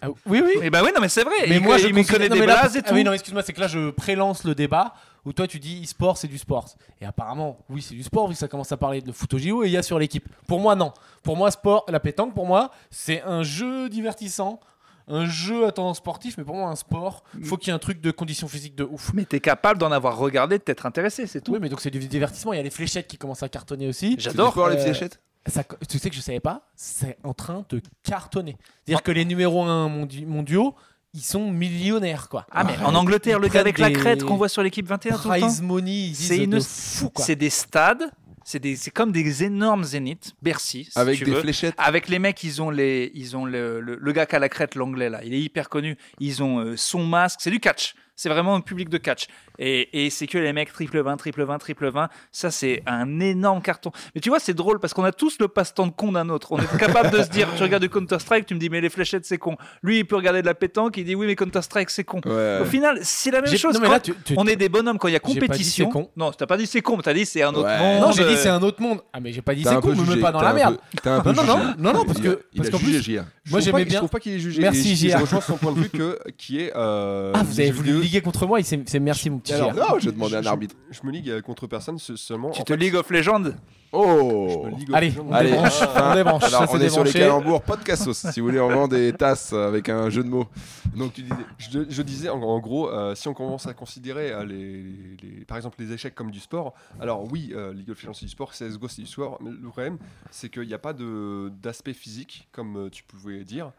Ah, oui, oui.
Et bah oui, non, mais c'est vrai.
Mais
il,
moi, je
il me
considère-
connaît
non,
des
mais là-
blazes et
Ah
tout.
oui, non, excuse-moi, c'est que là, je prélance le débat où toi, tu dis e-sport, c'est du sport. Et apparemment, oui, c'est du sport, vu que ça commence à parler de foot au JO et il y a sur l'équipe. Pour moi, non. Pour moi, sport, la pétanque, pour moi, c'est un jeu divertissant, un jeu à tendance sportif, mais pour moi, un sport, faut qu'il y ait un truc de condition physique de ouf.
Mais t'es capable d'en avoir regardé, de t'être intéressé, c'est tout.
Oui, mais donc c'est du divertissement. Il y a les fléchettes qui commencent à cartonner aussi.
J'adore.
voir les
euh,
fléchettes.
Ça co- tu sais que je savais pas, c'est en train de cartonner. C'est-à-dire que les numéros 1 mondiaux, ils sont millionnaires, quoi.
Ah, mais en Angleterre, le
Ils
gars avec la
prennent des-
crête qu'on voit sur l'équipe 21 tout le temps.
prize money, ils disent
C'est
de
une
fou quoi.
C'est des stades, c'est des, c'est comme des énormes zéniths, Bercy, si
Avec
tu
des
veux.
fléchettes.
Avec les mecs, ils ont les, ils ont le, le, le gars qui a la crête, l'anglais là, il est hyper connu. Ils ont euh, son masque, c'est du catch. C'est vraiment un public de catch. Et, et c'est que les mecs triple 20, triple 20, triple 20. Ça, c'est un énorme carton. Mais tu vois, c'est drôle parce qu'on a tous le passe-temps de con d'un autre. On est capable de se dire, tu regardes du Counter-Strike, tu me dis, mais les fléchettes, c'est con. Lui, il peut regarder de la pétanque, il dit, oui, mais Counter-Strike, c'est con.
Ouais.
Au final, c'est la même
J'ai-
chose.
non, mais
Quand-
là, tu- tu-
on est des bonhommes quand il y a
J'ai pas dit
compétition.
c'est con.
Non, t'as pas dit c'est con, mais t'as dit c'est un autre
Ouais.
monde.
Non, j'ai
euh,
dit c'est un autre monde. Ah mais j'ai pas dit
T'as
c'est
un peu
con, me mets
jugé,
pas dans
t'as
la
un
merde.
peu- T'as un peu
Non, non,
jugé.
non, non, non, parce
Il a-
que-
il
parce
a
qu'en
jugé,
plus-
JR.
Je
Moi,
trouve
j'aimais
pas-
bien-
Je trouve pas qu'il est jugé.
Merci,
Et je- Je
JR.
rejoins son point de vue que, qui est. euh,
Ah vous avez
les
voulu
jeux vidéo-
liguer contre moi, et c'est c'est- merci mon petit
Alors,
Gérard.
non, j'ai demandé à un
je-
arbitre.
Je me ligue euh, contre personne se- seulement.
Tu
en
te
fait,
League of Legends
je me
Oh
ligue aux
Allez,
gens. Ah,
on
Allez.
débranche, on débranche.
Alors,
oh, ça
on
c'est
est sur les
débranché.
calembours, pas de cassos. Si vous voulez, on vend des tasses avec un jeu de mots. Donc, tu disais.
Je, je disais en, en gros, euh, si on commence à considérer euh, les, les- par exemple les échecs comme du sport, alors oui, euh, League of Legends c'est du sport, CSGO c'est du sport, mais le problème c'est qu'il n'y a pas de- d'aspect physique comme euh, tu pouvais dire.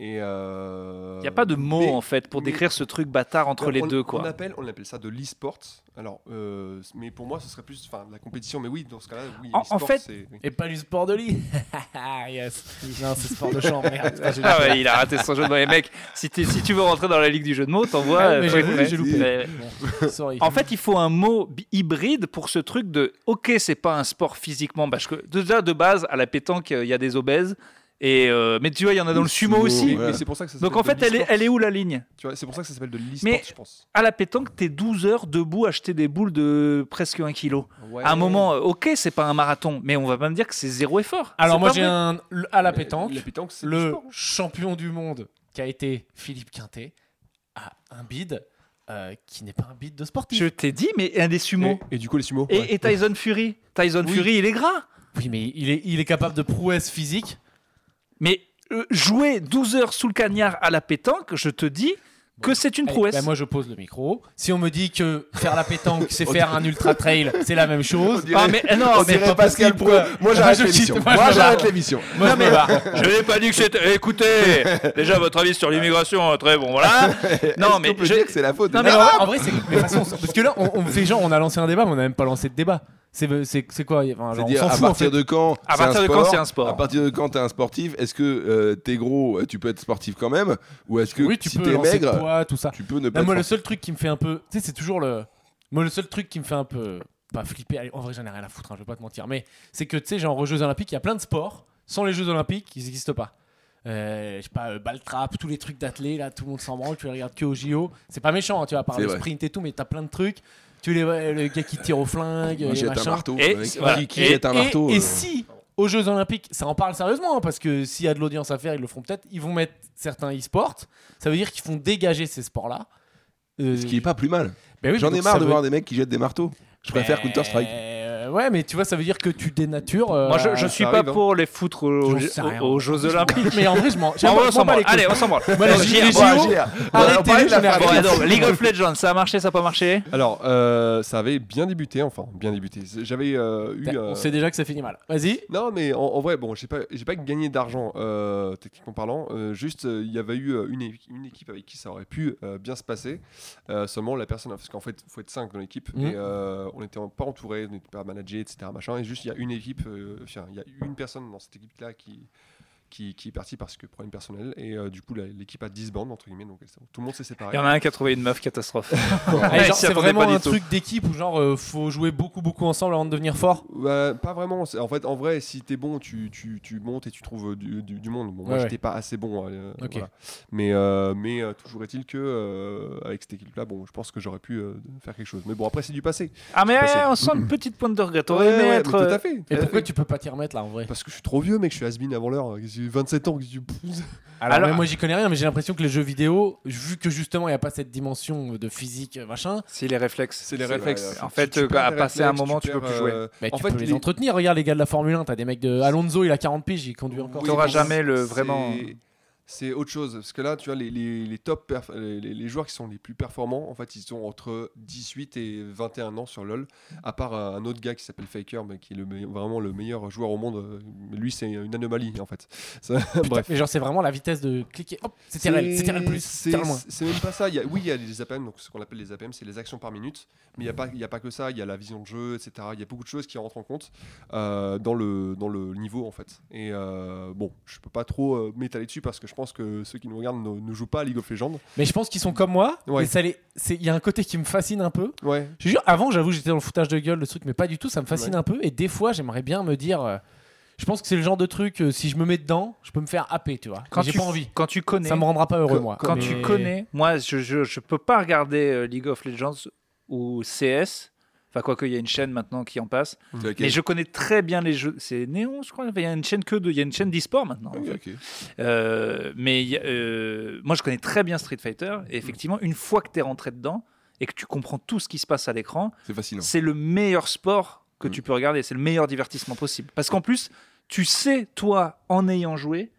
Et il
Il n'y a pas de mots en fait pour
mais-
décrire ce truc bâtard entre les
on,
deux
On
quoi.
appelle, on appelle ça de l'e-sport. Alors, euh, mais pour moi ce serait plus enfin, de la compétition, mais oui, dans ce cas-là, oui,
En- en
l'e-sport,
fait-
c'est- oui.
Et pas du sport de lit. yes. Non, c'est sport de chambre. Merde. putain, j'ai-
Ah ouais, il a raté son jeu de mots. Et mec, si, t'es- si tu veux rentrer dans la ligue du jeu de mots, t'envoies.
Ah, mais
euh,
j'ai
faut
voulu,
être
j'ai
prêt.
loupé.
Ouais, ouais.
Bon, sorry.
En fait, il faut un mot bi- hybride pour ce truc de OK, c'est pas un sport physiquement. Parce que déjà, de base, à la pétanque, euh, il y a des obèses. Et, euh, mais tu vois, il y en a dans le sumo
sumo,
aussi.
Mais-
ouais.
mais c'est pour ça que ça
Donc
s'appelle
en
de
fait, elle est,
l'e-sport.
elle est où la ligne
Tu vois, C'est pour ça que ça s'appelle de l'e-sport,
Mais-
je pense.
À la pétanque, t'es 12 heures debout à acheter des boules de presque 1 kg. À un moment, euh, ok, c'est pas un marathon, mais on va pas me dire que c'est zéro effort.
Alors
C'est
moi
pas
j'ai
vrai.
un le- à la pétanque,
La pétanque, c'est du
le
hein.
sport.
champion du monde qui a été Philippe Quintet a un bid euh, qui n'est pas un bid de sportif.
Je t'ai dit, mais un des sumos.
Et, et du coup, les sumo.
Et,
ouais.
et Tyson Fury. Tyson
Oui.
Fury, il est gras.
Oui, mais il est il est capable de prouesse physique.
Mais euh, jouer 12 heures sous le cagnard à la pétanque, je te dis que c'est une
Allez,
prouesse.
bah moi je pose le micro. Si on me dit que faire la pétanque, c'est faire un ultra trail, c'est la même chose.
dirait-
Ah, mais eh, non,
On
mais-
dirait
pas
Pascal
possible, quoi.
Pro. Moi,
Moi,
j'arrête
Ah, je
l'émission.
quitte, moi, je
Moi,
me
j'arrête
barre.
l'émission.
Moi, je me barre.
je n'ai pas dit que c'était. Écoutez, déjà votre avis sur l'immigration, hein, très bon, voilà. Non, mais
on peut
je-
dire que c'est la faute.
Non,
Mais
mais-
en vrai- en vrai, c'est mais de toute façon, c'est- parce que là, on, on fait genre, on a lancé un débat, mais on n'a même pas lancé de débat. C'est c'est- c'est quoi enfin, genre, On
C'est-à-dire,
s'en
à
fout en
partir
fait.
de quand
À
c'est un
partir de quand
sport
c'est un sport Ah, bah,
À partir de quand t'es un sportif Est-ce que euh, t'es gros, tu peux être sportif quand même Ou est-ce que
Oui, tu
si
peux
t'es
lancer
maigre,
toi, tout ça.
tu peux ne pas
Non, Bah, moi,
être
le seul truc qui me fait un peu, tu sais, c'est toujours le. Moi, le seul truc qui me fait un peu pas flipper. allez, en vrai, j'en ai rien à foutre. hein, je vais pas te mentir, mais c'est que tu sais, genre aux Jeux Olympiques, il y a plein de sports. Sans les Jeux Olympiques, ils n'existent pas. Euh, je sais pas, euh, ball trap, tous les trucs d'athlètes, là, tout le monde s'en branle. Tu les regardes que au JO. C'est pas méchant, hein, tu vois, par
C'est
le
vrai.
sprint et tout, mais t'as plein de trucs. Tu les vois, euh, le gars qui tire euh, au flingue,
sportif.
les
jette un
machins.
marteau.
Et-
le mec
voilà.
qui- Qui
Et-
jette un
Et-
marteau
Et,
euh,
si aux Jeux Olympiques, ça en parle sérieusement, hein, parce que s'il y a de l'audience à faire, ils le feront peut-être. Ils vont mettre certains e-sports. Ça veut dire qu'ils font dégager ces sports-là. Euh,
Ce qui est pas plus mal.
ben oui,
J'en
donc
ai
ça
marre de
veut-
voir des mecs qui jettent des marteaux. Je préfère
Ben,
Counter-Strike.
euh, ouais, mais tu vois, ça veut dire que tu dénatures. euh,
Moi, je, je
ça
suis
arrive,
pas
hein.
pour les foutre aux,
j'en sais
aux-
rien.
aux Jeux
Je m'en-
Olympiques.
Mais en vrai, je m'en.
En vrai, on
je m'en
s'en
bats
branle.
les couilles.
Allez, on s'en branle.
Moi, les, J- les
Bon,
JO,
allez, on va
arrêtez
parler
les
de la
générations.
Bon, et donc, League of Legends, ça a marché, ça a pas marché
Alors, euh, ça avait bien débuté, enfin, bien débuté. C'est- J'avais euh, eu. euh,
Ben, On sait déjà que ça finit mal. Vas-y.
Non, mais en, en vrai, bon, j'ai pas, j'ai pas gagné d'argent, euh, techniquement parlant. Euh, juste, euh, il y avait eu euh, une, é- une équipe avec qui ça aurait pu euh, bien se passer. Euh, seulement, la personne, parce qu'en fait, il faut être 5 dans l'équipe.
Mhm.
Et euh, on n'était pas entouré, on n'était pas managé, etc. Machin, et juste, il y a une équipe, euh, enfin, il y a une personne dans cette équipe-là qui qui, qui est parti parce que problème personnel. Et euh, du coup, la- l'équipe a 10 bandes, entre guillemets, donc elles sont- tout le monde s'est séparé.
Il y en a un qui a trouvé une meuf catastrophe.
Ah,
Ouais,
genre,
s'y
c'est
attendait
vraiment
pas
un
du tout.
truc d'équipe où genre euh, faut jouer beaucoup beaucoup ensemble avant de devenir fort.
Ouais, Bah, pas vraiment. C'est- En fait, en vrai, si t'es bon, tu, tu, tu montes et tu trouves du, du- du monde. Bon, moi,
Ouais,
j'étais pas assez bon. euh,
Ok.
voilà. Mais, euh, mais euh, toujours est-il que euh, avec cette équipe-là, bon, je pense que j'aurais pu euh, faire quelque chose. Mais bon, après, c'est du passé.
Ah, mais
passé.
ouais, on sent une petite pointe de regret. T'aurais
Ouais,
aimé
ouais, mais
être.
Tout
euh,
à fait.
Et
tout à
pourquoi
fait.
tu peux pas t'y remettre là en vrai
Parce que je suis trop vieux, mec. Je suis has-been avant l'heure. J'ai 27 ans. qu'est-ce que tu pousses
Alors,
Alors-
mais moi j'y connais rien, mais j'ai l'impression que les jeux vidéo, vu que justement il n'y a pas cette dimension de physique euh, machin,
Si, les réflexes.
C'est les
vrai,
réflexes.
ouais.
En fait,
tu
euh,
perds
à
tes
passer un
réflexes,
moment, tu peux
perds,
plus jouer.
euh,
bah,
En
tu
fait,
peux les,
les-
entretenir. Regarde les gars de la Formule 1, t'as des mecs de Alonso, il a 40 piges, il conduit encore.
T'auras
mais
jamais le-
c'est-
vraiment- hein.
C'est autre chose. Parce que là, tu vois, les, les, les top perf- les, les- les joueurs qui sont les plus performants, en fait, ils sont entre 18 et 21 ans sur LoL. À part euh, un autre gars qui s'appelle Faker, mais qui est le me- vraiment le meilleur joueur au monde. euh, mais Lui, c'est une anomalie, en fait. Ça- Bref.
Mais genre c'est vraiment la vitesse de cliquer. Hop, c'est TRL, c'est TRL plus, c'est
C'est
TRL moins.
c'est- c'est même pas ça. Il y a- oui, il y a les APM, donc ce qu'on appelle les APM, c'est les actions par minute. Mais il n'y a, pas- il y a pas que ça. Il y a la vision de jeu, etc. Il y a beaucoup de choses qui rentrent en compte euh, dans, le, dans le niveau, en fait. Et euh, bon, je peux pas trop euh, m'étaler dessus parce que je pense que ceux qui nous regardent ne, ne jouent pas à League of Legends.
Mais je pense qu'ils sont comme moi.
Ouais.
mais ça les- c'est- Il y a un côté qui me fascine un peu.
Ouais.
Je te jure, avant, j'avoue, j'étais dans le foutage de gueule, le truc, mais pas du tout, ça me fascine
Ouais.
un peu. Et des fois, j'aimerais bien me dire. euh, je pense que c'est le genre de truc, euh, si je me mets dedans, je peux me faire happer, tu vois.
Quand
Mais J'ai
tu-
pas envie.
Quand tu connais.
Ça me rendra pas heureux,
Quand-
moi.
Quand
Mais-
tu connais, moi je, je, je peux pas regarder euh, League of Legends ou CS, enfin quoique il y a une chaîne maintenant qui en passe,
C'est laquelle
mais je connais très bien les jeux, c'est Néon je crois, il y a une chaîne que de, il y a une chaîne d'e-sport maintenant.
Ah
en
oui,
fait.
ok.
Euh, mais il y a, euh, moi je connais très bien Street Fighter, et effectivement une fois que tu es rentré dedans et que tu comprends tout ce qui se passe à l'écran,
C'est fascinant.
c'est le meilleur sport que
Mm.
tu peux regarder, c'est le meilleur divertissement possible. Parce qu'en plus, tu sais, toi, en ayant joué,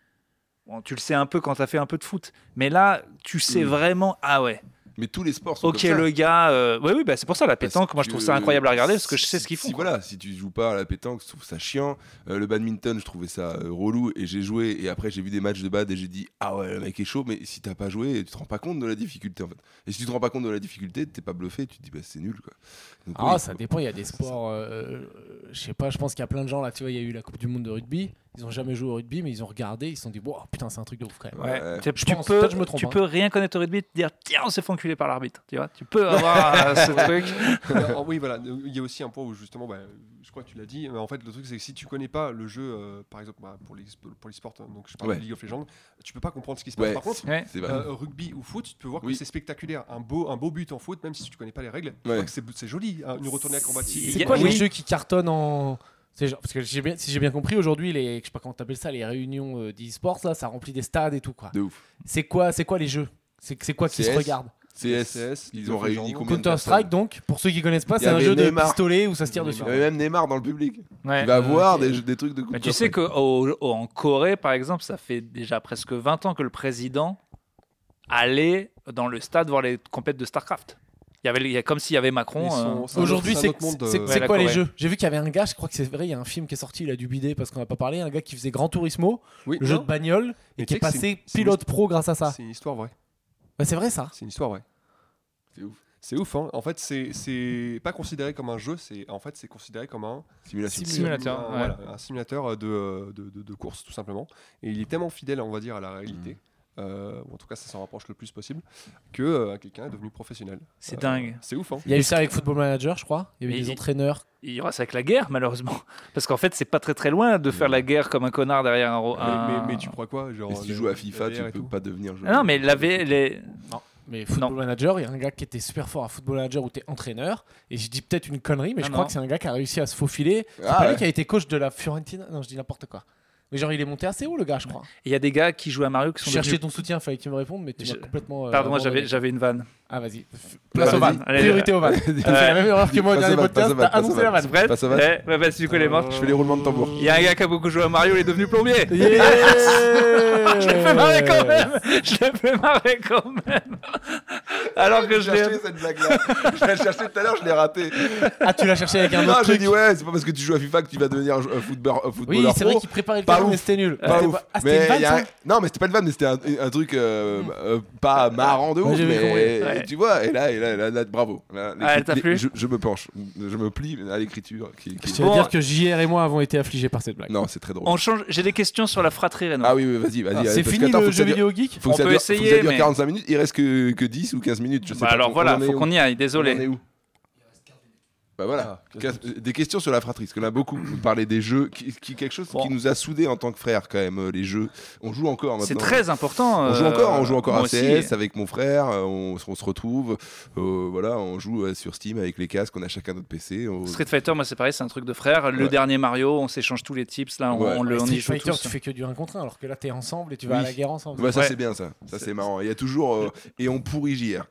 bon, tu le sais un peu quand tu as fait un peu de foot, mais là, tu sais
Mm.
vraiment, ah ouais,
Mais tous les sports sont
ok,
comme ça.
le gars, euh, ouais, oui, bah, c'est pour ça la
Parce
pétanque, moi je trouve ça
que
incroyable à regarder parce que je sais ce qu'ils
si-
font.
Si,
quoi.
voilà, si tu joues pas à la pétanque, je trouve ça chiant. Euh, le badminton, je trouvais ça euh, relou et j'ai joué. Et après, j'ai vu des matchs de bad et j'ai dit Ah ouais, le mec est chaud, mais si t'as pas joué, tu te rends pas compte de la difficulté en fait. Et si tu te rends pas compte de la difficulté, t'es pas bluffé, tu te dis Bah c'est nul quoi. Donc,
Ah,
oui,
ça dépend, il y a des sports. euh, euh, je sais pas, je pense qu'il y a plein de gens là, tu vois, il y a eu la Coupe du Monde de rugby. Ils ont jamais joué au rugby, mais ils ont regardé, ils se sont dit, wow, putain, c'est un truc de ouf quand même.
Ouais.
Ouais.
Tu,
Je
tu
pense,
peux,
peut-être je me trompe,
tu
hein.
peux rien connaître au rugby et te dire tiens on s'est fait enculer par l'arbitre tu vois tu peux avoir euh, ce truc
Alors, Euh, oui, voilà. Il y a aussi un point où justement, bah, je crois que tu l'as dit, mais en fait, le truc, c'est que si tu connais pas le jeu, euh, par exemple, bah, pour les pour les sports, hein, donc je parle
Ouais.
de League of Legends, tu peux pas comprendre ce qui se passe.
Ouais,
Par contre,
Ouais.
c'est vrai.
Euh, rugby ou foot, tu peux voir que
Bah, Oui.
c'est spectaculaire. Un beau, un beau but en foot, même si tu connais pas les règles, tu
Ouais.
vois que c'est c'est joli, hein, une retournée acrobatique.
Il y
C'est
a-
quoi les
oui.
jeux qui cartonnent en. c'est genre- parce que j'ai bien- si j'ai bien compris, aujourd'hui, les, je sais pas comment t'appelles ça, les réunions euh, d'e-sports, là, ça remplit des stades et tout, quoi.
De ouf.
C'est quoi, c'est quoi les jeux C'est c'est quoi qui se
CS,
regarde
CS,
CS,
ils ont réuni combien de
Counter Strike
personnes
donc pour ceux qui connaissent pas
Il y
c'est un
avait
jeu de
Neymar.
pistolet où ça se tire
Il y
dessus.
Il y avait même Neymar dans le public.
Ouais.
Il va
Euh,
voir
ok.
des, jeux- des trucs de
Mais
Counter
tu sais qu'en Corée, par exemple, ça fait déjà presque 20 ans que le président allait dans le stade voir les compètes de StarCraft. Il y avait, il y a- comme s'il y avait Macron.
Ils sont-
euh,
c'est un
Aujourd'hui
autre-
c'est
un autre monde,
c'est-
euh,
c'est
ouais,
quoi les
d'accord,
jeux J'ai vu qu'il y avait un gars je crois que c'est vrai il y a un film qui est sorti il a dû bider parce qu'on n'a pas parlé un gars qui faisait Gran Turismo
Oui,
le jeu
non,
de bagnole et
Mais
qui est
tu sais que c'est
passé
c'est une-
pilote pro grâce à ça.
C'est une histoire vraie.
Bah, c'est vrai ça.
C'est une histoire vraie.
C'est ouf.
C'est ouf. hein. En fait, c'est- c'est pas considéré comme un jeu. C'est en fait, c'est considéré comme un
Simulation.
Simula-
Simulateur,
un-
ouais.
euh, voilà, un simulateur de, de, de- de course tout simplement. Et il est tellement fidèle, on va dire, à la réalité.
Mmh.
euh, ou en tout cas, ça s'en rapproche le plus possible que euh, quelqu'un est devenu professionnel.
c'est
Euh,
dingue.
C'est ouf. Hein.
Il y a eu ça avec Football Manager je crois. Il y a eu
Mais
des
il-
entraîneurs.
Il y aura ça avec la guerre, malheureusement. Parce qu'en fait, c'est pas très très loin de faire la guerre comme un connard derrière un. ro-
Mais-
un-
Mais, mais tu crois quoi genre,
Et si tu
les-
joues à
les
FIFA,
VR et
tu peux
tout
pas devenir joueur.
Ah non, mais la V- les...
Mais Football Manager il y a un gars qui était super fort à Football Manager où t'es entraîneur et je dis peut-être une connerie mais
Ah,
je crois
non.
que c'est un gars qui a réussi à se faufiler. C'est
Ah,
pas lui
ouais.
qui a été coach de la Fiorentina non je dis n'importe quoi. Mais genre il est monté assez haut le gars je crois.
il y a des gars qui jouent à Mario qui sont
Chercher
devenus-
ton soutien fallait que tu me répondes mais tu
Je-
m'as complètement. euh,
Pardon, moi
abandonné.
j'avais j'avais une vanne.
Ah vas-y, F- place
Vas-y.
aux vannes.
Allez,
Priorité aux vannes. T'as fait la même erreur que moi au
Passe
dernier
aux vannes, passe
podcast,
aux
t'as
vannes, passe aux
annoncé la
Ah,
vannes.
C'est
vanne.
prêt
Passe aux vannes.
Ouais, ouais, bah, si tu connais
Euh,
Marc.
Je fais les roulements de tambour.
Il y a un gars qui a beaucoup joué à Mario, il est devenu plombier.
Yeah
Euh. Je l'ai fait marrer quand même. Je l'ai fait marrer quand même. Alors que
Je
je
l'ai
l'ai.
cherché cette blague-là. Je l'ai cherché tout à l'heure, je l'ai raté.
Ah, tu l'as cherché avec un
Non,
autre
j'ai
truc.
dit ouais, c'est pas parce que tu joues à FIFA que tu vas devenir un jou- un footballeur, un
Oui,
footballeur
c'est vrai
pro.
qu'il préparait le
Pas
cadeau,
ouf.
mais c'était nul.
Pas
C'était
ouf.
Ah, c'était
mais
une vanne,
y a
ça
un- Non, mais c'était pas une vanne, mais c'était un, un truc euh, euh, pas marrant de
Ah, Ouais,
ouf.
j'ai
mais
compris.
Ouais.
tu vois, et là, et là, et là, là, bravo. Là, les-
Ah, elle t'a
les-
plu
je, je me penche, je me plie à l'écriture. Qui, qui-
Tu
Bon.
veux dire que JR et moi avons été affligés par cette blague.
Non, c'est très drôle.
On change. J'ai des questions sur la fratrie Renaud.
Ah oui, oui, vas-y, vas-y.
Ah,
allez,
C'est
parce
fini
qu'attends, faut
le
que
jeu
ça dure-
vidéo geek
Faut que
On
ça
peut
dure, faut que ça
essayer,
dure
mais-
45 minutes, il reste que, que 10 ou 15 minutes, je sais
Bah
pas.
alors
On- on
voilà,
en est
faut
où
qu'on y aille.
On en est
Désolé.
où Bah voilà.
Ah,
Quinze- des questions sur la fratrie, parce qu'on a beaucoup parlé des jeux, qui, qui- quelque chose
Bon.
qui nous a soudés en tant que frères quand même, euh, les jeux. On joue encore maintenant.
C'est très important.
On joue
euh,
encore, on joue encore
moi
à CS
aussi.
avec mon frère, euh, on, on se retrouve, euh, voilà, on joue euh, sur Steam avec les casques, on a chacun notre PC. on-
Street Fighter, moi c'est pareil, c'est un truc de frère. Le
Ouais.
dernier Mario, on s'échange tous les tips. Là, on,
Ouais.
on le- on
Street
y joue
Fighter,
tous.
tu fais que du 1 contre 1, alors que là, t'es ensemble et tu vas
Oui. Bah,
à la guerre ensemble.
Ouais, ça
Ouais.
c'est bien ça, ça c'est marrant. Il y a toujours euh, et on pourrit JR.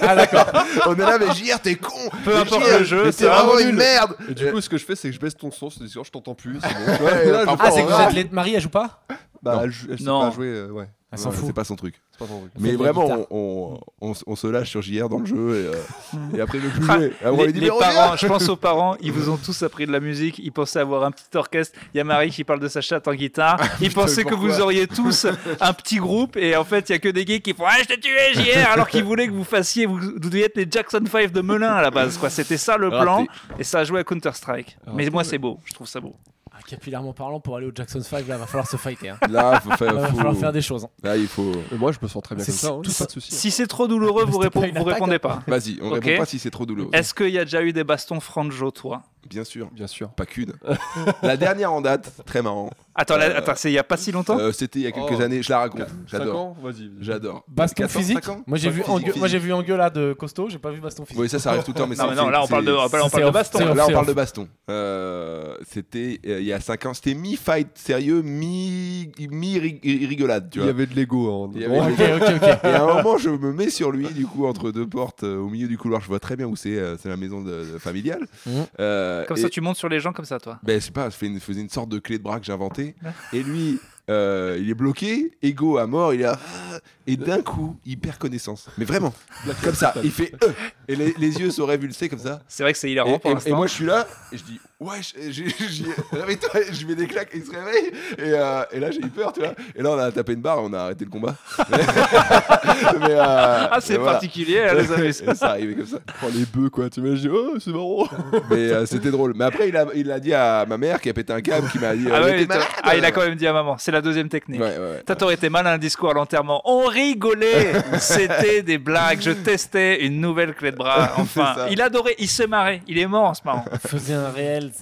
Ah, d'accord.
on est là mais JR t'es con.
Peu
Mais
importe
JR,
le jeu,
mais
c'est
t'es vraiment
vraiment
une
nul.
merde.
Et du coup, ce que je fais, c'est que je baisse ton son, c'est sûr, je t'entends plus. c'est bon.
Ouais,
Là, je-
parfois,
Ah, c'est que
on
vous
râle.
êtes les maris, elle joue pas
Bah, elle, jou- elle sait
Non.
pas jouer, euh, ouais.
Elle s'en
Ouais,
fout.
C'est pas son truc.
C'est pas son truc.
Mais
de la
vraiment,
guitare.
on, on- on s- on se lâche sur JR dans le jeu et, euh, et après ne plus jouer. Après, on
Les,
lui dit,
les
mais reviens
parents, je pense aux parents, ils vous ont tous appris de la musique. Ils pensaient avoir un petit orchestre. Il y a Marie qui parle de sa chatte en guitare. Ils
putain,
pensaient que
pourquoi
vous auriez tous un petit groupe. Et en fait, il y a que des gays qui font Ah, je t'ai tué, JR Alors qu'ils voulaient que vous fassiez, vous, vous deviez être les Jackson 5 de Melun à la base. quoi. C'était ça le
Raté.
plan. Et ça a joué à Counter-Strike. Mais
Raté,
moi,
ouais.
c'est beau. Je trouve ça beau.
Ah, Capillairement parlant, pour aller au Jackson's 5, là, va falloir se fighter. hein.
Là, faut faire-
Là, va
faut-
falloir faire des choses. hein.
là, il faut.
Mais moi, je me sens très bien
C'est
comme ça, hein,
tout
pas de soucis.
Si c'est trop douloureux, vous,
C'était
répond-
pas une
vous
attaque,
répondez
hein.
pas.
Vas-y, on
Ok.
répond pas si c'est trop douloureux.
Est-ce qu'il y a déjà eu des bastons franjo, toi
Bien sûr,
Bien sûr.
pas qu'une. la dernière en date, très marrant.
Attends, là,
Euh,
attends, c'est il y a pas si longtemps
Euh, C'était il y a quelques
Oh.
années. Je la raconte.
5
J'adore.
ans, vas-y.
J'adore.
Baston
14,
physique
5 ans
Moi, j'ai vu,
Physique,
engue- moi, j'ai vu engueulade euh, costaud, j'ai pas vu baston physique.
Oui, ça, ça arrive tout le temps. Mais
Non,
c'est-
mais non,
c'est-
là on
c'est-
parle de, on
c'est-
parle
c'est
de
off,
baston.
c'est off.
Là, on parle de baston. Euh, C'était euh, il y a 5 ans. C'était mi-fight sérieux, mi- mi-rigolade. tu
Il
vois.
y avait de l'ego. hein.
Il y
Oh,
avait-
Ok, ok, ok.
Et à un moment, je me mets sur lui, du coup, entre deux portes, euh, au milieu du couloir. Je vois très bien où c'est. euh, c'est la maison de, de- familiale.
Mhm.
Euh,
Comme
et-
ça, tu montes sur les gens comme ça, toi.
Ben, je sais pas, je fais une- faisais une sorte de clé de bras que j'inventais. Et lui, euh, il est bloqué, ego à mort, il est là, ah, Et d'un coup, il perd connaissance. Mais vraiment, comme ça, il fait euh, Et les, les yeux sont révulsés comme ça.
C'est vrai que c'est
Et,
hilarant pour
et- et
l'instant.
moi, je suis là, et je dis, ouais, je- j'ai- j'ai- réveille-toi, je mets des claques, et il se réveille. Et, euh, et là, j'ai eu peur, tu vois. Et là, on a tapé une barre, on a arrêté le combat. Mais, euh,
Ah, c'est
mais voilà.
particulier, hein, les amis.
Et ça arrivait comme ça.
Oh, les bœufs, quoi. Tu imagines, oh, c'est marrant.
Mais euh, c'était drôle. Mais après, il a, il a dit à ma mère qui a pété un câble, qui m'a dit.
Ah,
euh,
ouais,
Mais
mais
t'es
toi-
malade
ah, il a quand même dit à maman. C'est la deuxième technique.
Ouais, ouais, ouais.
T'as t'aurais été mal à un discours à l'enterrement. On rigolait. C'était des blagues. Je testais une nouvelle clé de bras. Enfin,
ça.
il adorait. Il se marrait. Il est mort en se marrant.
Faisais un réel,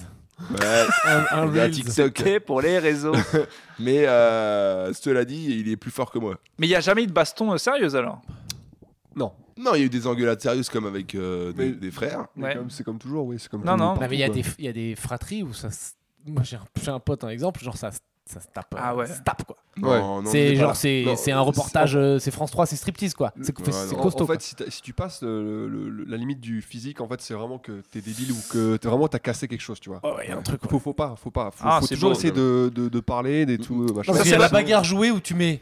Ouais,
un, un
il y a un
reels.
TikTok.
C'était pour les réseaux.
Mais euh, cela dit, il est plus fort que moi.
Mais il n'y a jamais eu de baston euh, sérieux alors.
Non.
Non, il y a eu des engueulades sérieuses comme avec euh, des,
Mais-
des frères.
Mais
Ouais.
comme- C'est comme toujours, oui. C'est comme
Non,
tout-
non.
partout,
Non, mais il y, a
quoi.
des- il y a des fratries où ça. se- Moi, j'ai un, j'ai un pote, un exemple, genre ça, se- ça se tape. euh,
Ah ouais.
ça se tape quoi.
Non,
Ouais.
non, on
c'est
est pas là.
genre, c'est
Non,
c'est un reportage, euh, c'est France 3, c'est striptease quoi. C'est
Ouais,
c'est
non.
En-
costaud.
En
quoi.
fait, si, t'as- si tu passes euh, le- le- la limite du physique, en fait, c'est vraiment que t'es débile ou que t'es vraiment t'as cassé quelque chose, tu vois.
Ouais, ouais, Oh, il y a un truc. quoi.
Faut, faut pas, faut pas. Faut,
Ah,
faut
c'est
toujours
beau,
essayer de, de, de parler, des tout. euh, machin.
Parce
Ça,
qu'il y a
c'est
la
pas-
bagarre jouée où tu mets.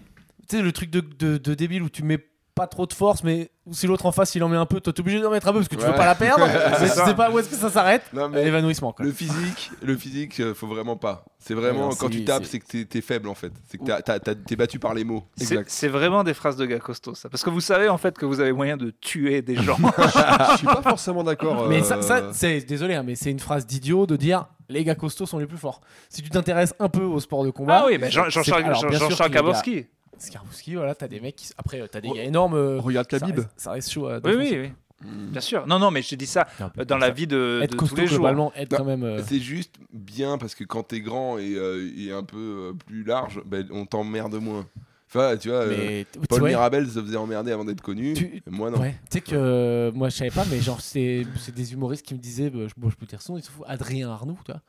Tu sais, le truc de, de, de débile où tu mets pas trop de force, mais si l'autre en face il en met un peu, toi t'es obligé d'en mettre un peu parce que tu
Ouais.
veux pas la perdre. mais
ça.
tu sais pas où est-ce que ça s'arrête.
Non, mais
L'évanouissement quoi.
le physique, le physique, euh, faut vraiment pas. C'est vraiment
Ouais, non,
quand
c'est-
tu tapes,
c'est-
c'est que t'es- t'es faible en fait. C'est que t'as- t'as- t'as- t'es battu par les mots.
C'est c'est vraiment des phrases de gars costauds, ça. Parce que vous savez, en fait, que vous avez moyen de tuer des gens.
Je suis pas forcément d'accord.
Mais
euh,
ça, ça, c'est désolé, hein, mais c'est une phrase d'idiot de dire les gars costauds sont les plus forts. Si tu t'intéresses un peu au sport de combat,
ah oui, mais Jean-
c'est-
Jean-Charles
alors, bien
Jean-
sûr qu'il y a
Jean-Charles
des
Kaborski.
Skarbouski, voilà, t'as des mecs qui. Après, euh, t'as des
Re-
gars énormes. euh,
Regarde
ça
Khabib.
reste- Ça reste chaud. euh, à
Oui,
défoncer.
oui, oui. Bien sûr. Non, non, mais j'ai dit ça
Non,
euh, dans la vie de,
Être
de tous
costaud
les jours.
globalement, être
Non.
quand même. euh,
Bah, C'est juste bien parce que quand t'es grand et, euh, et un peu euh, plus large, ben, on t'emmerde moins. Enfin, tu vois, euh,
mais tu
Paul
ouais,
Mirabel se faisait emmerder avant d'être connu.
Tu-
Moi non.
ouais. Tu sais que euh, moi je savais pas, mais genre c'est c'est des humoristes qui me disaient, bah, je, bon, je peux dire son, nom, ils se foutent, Adrien Arnoux, tu vois,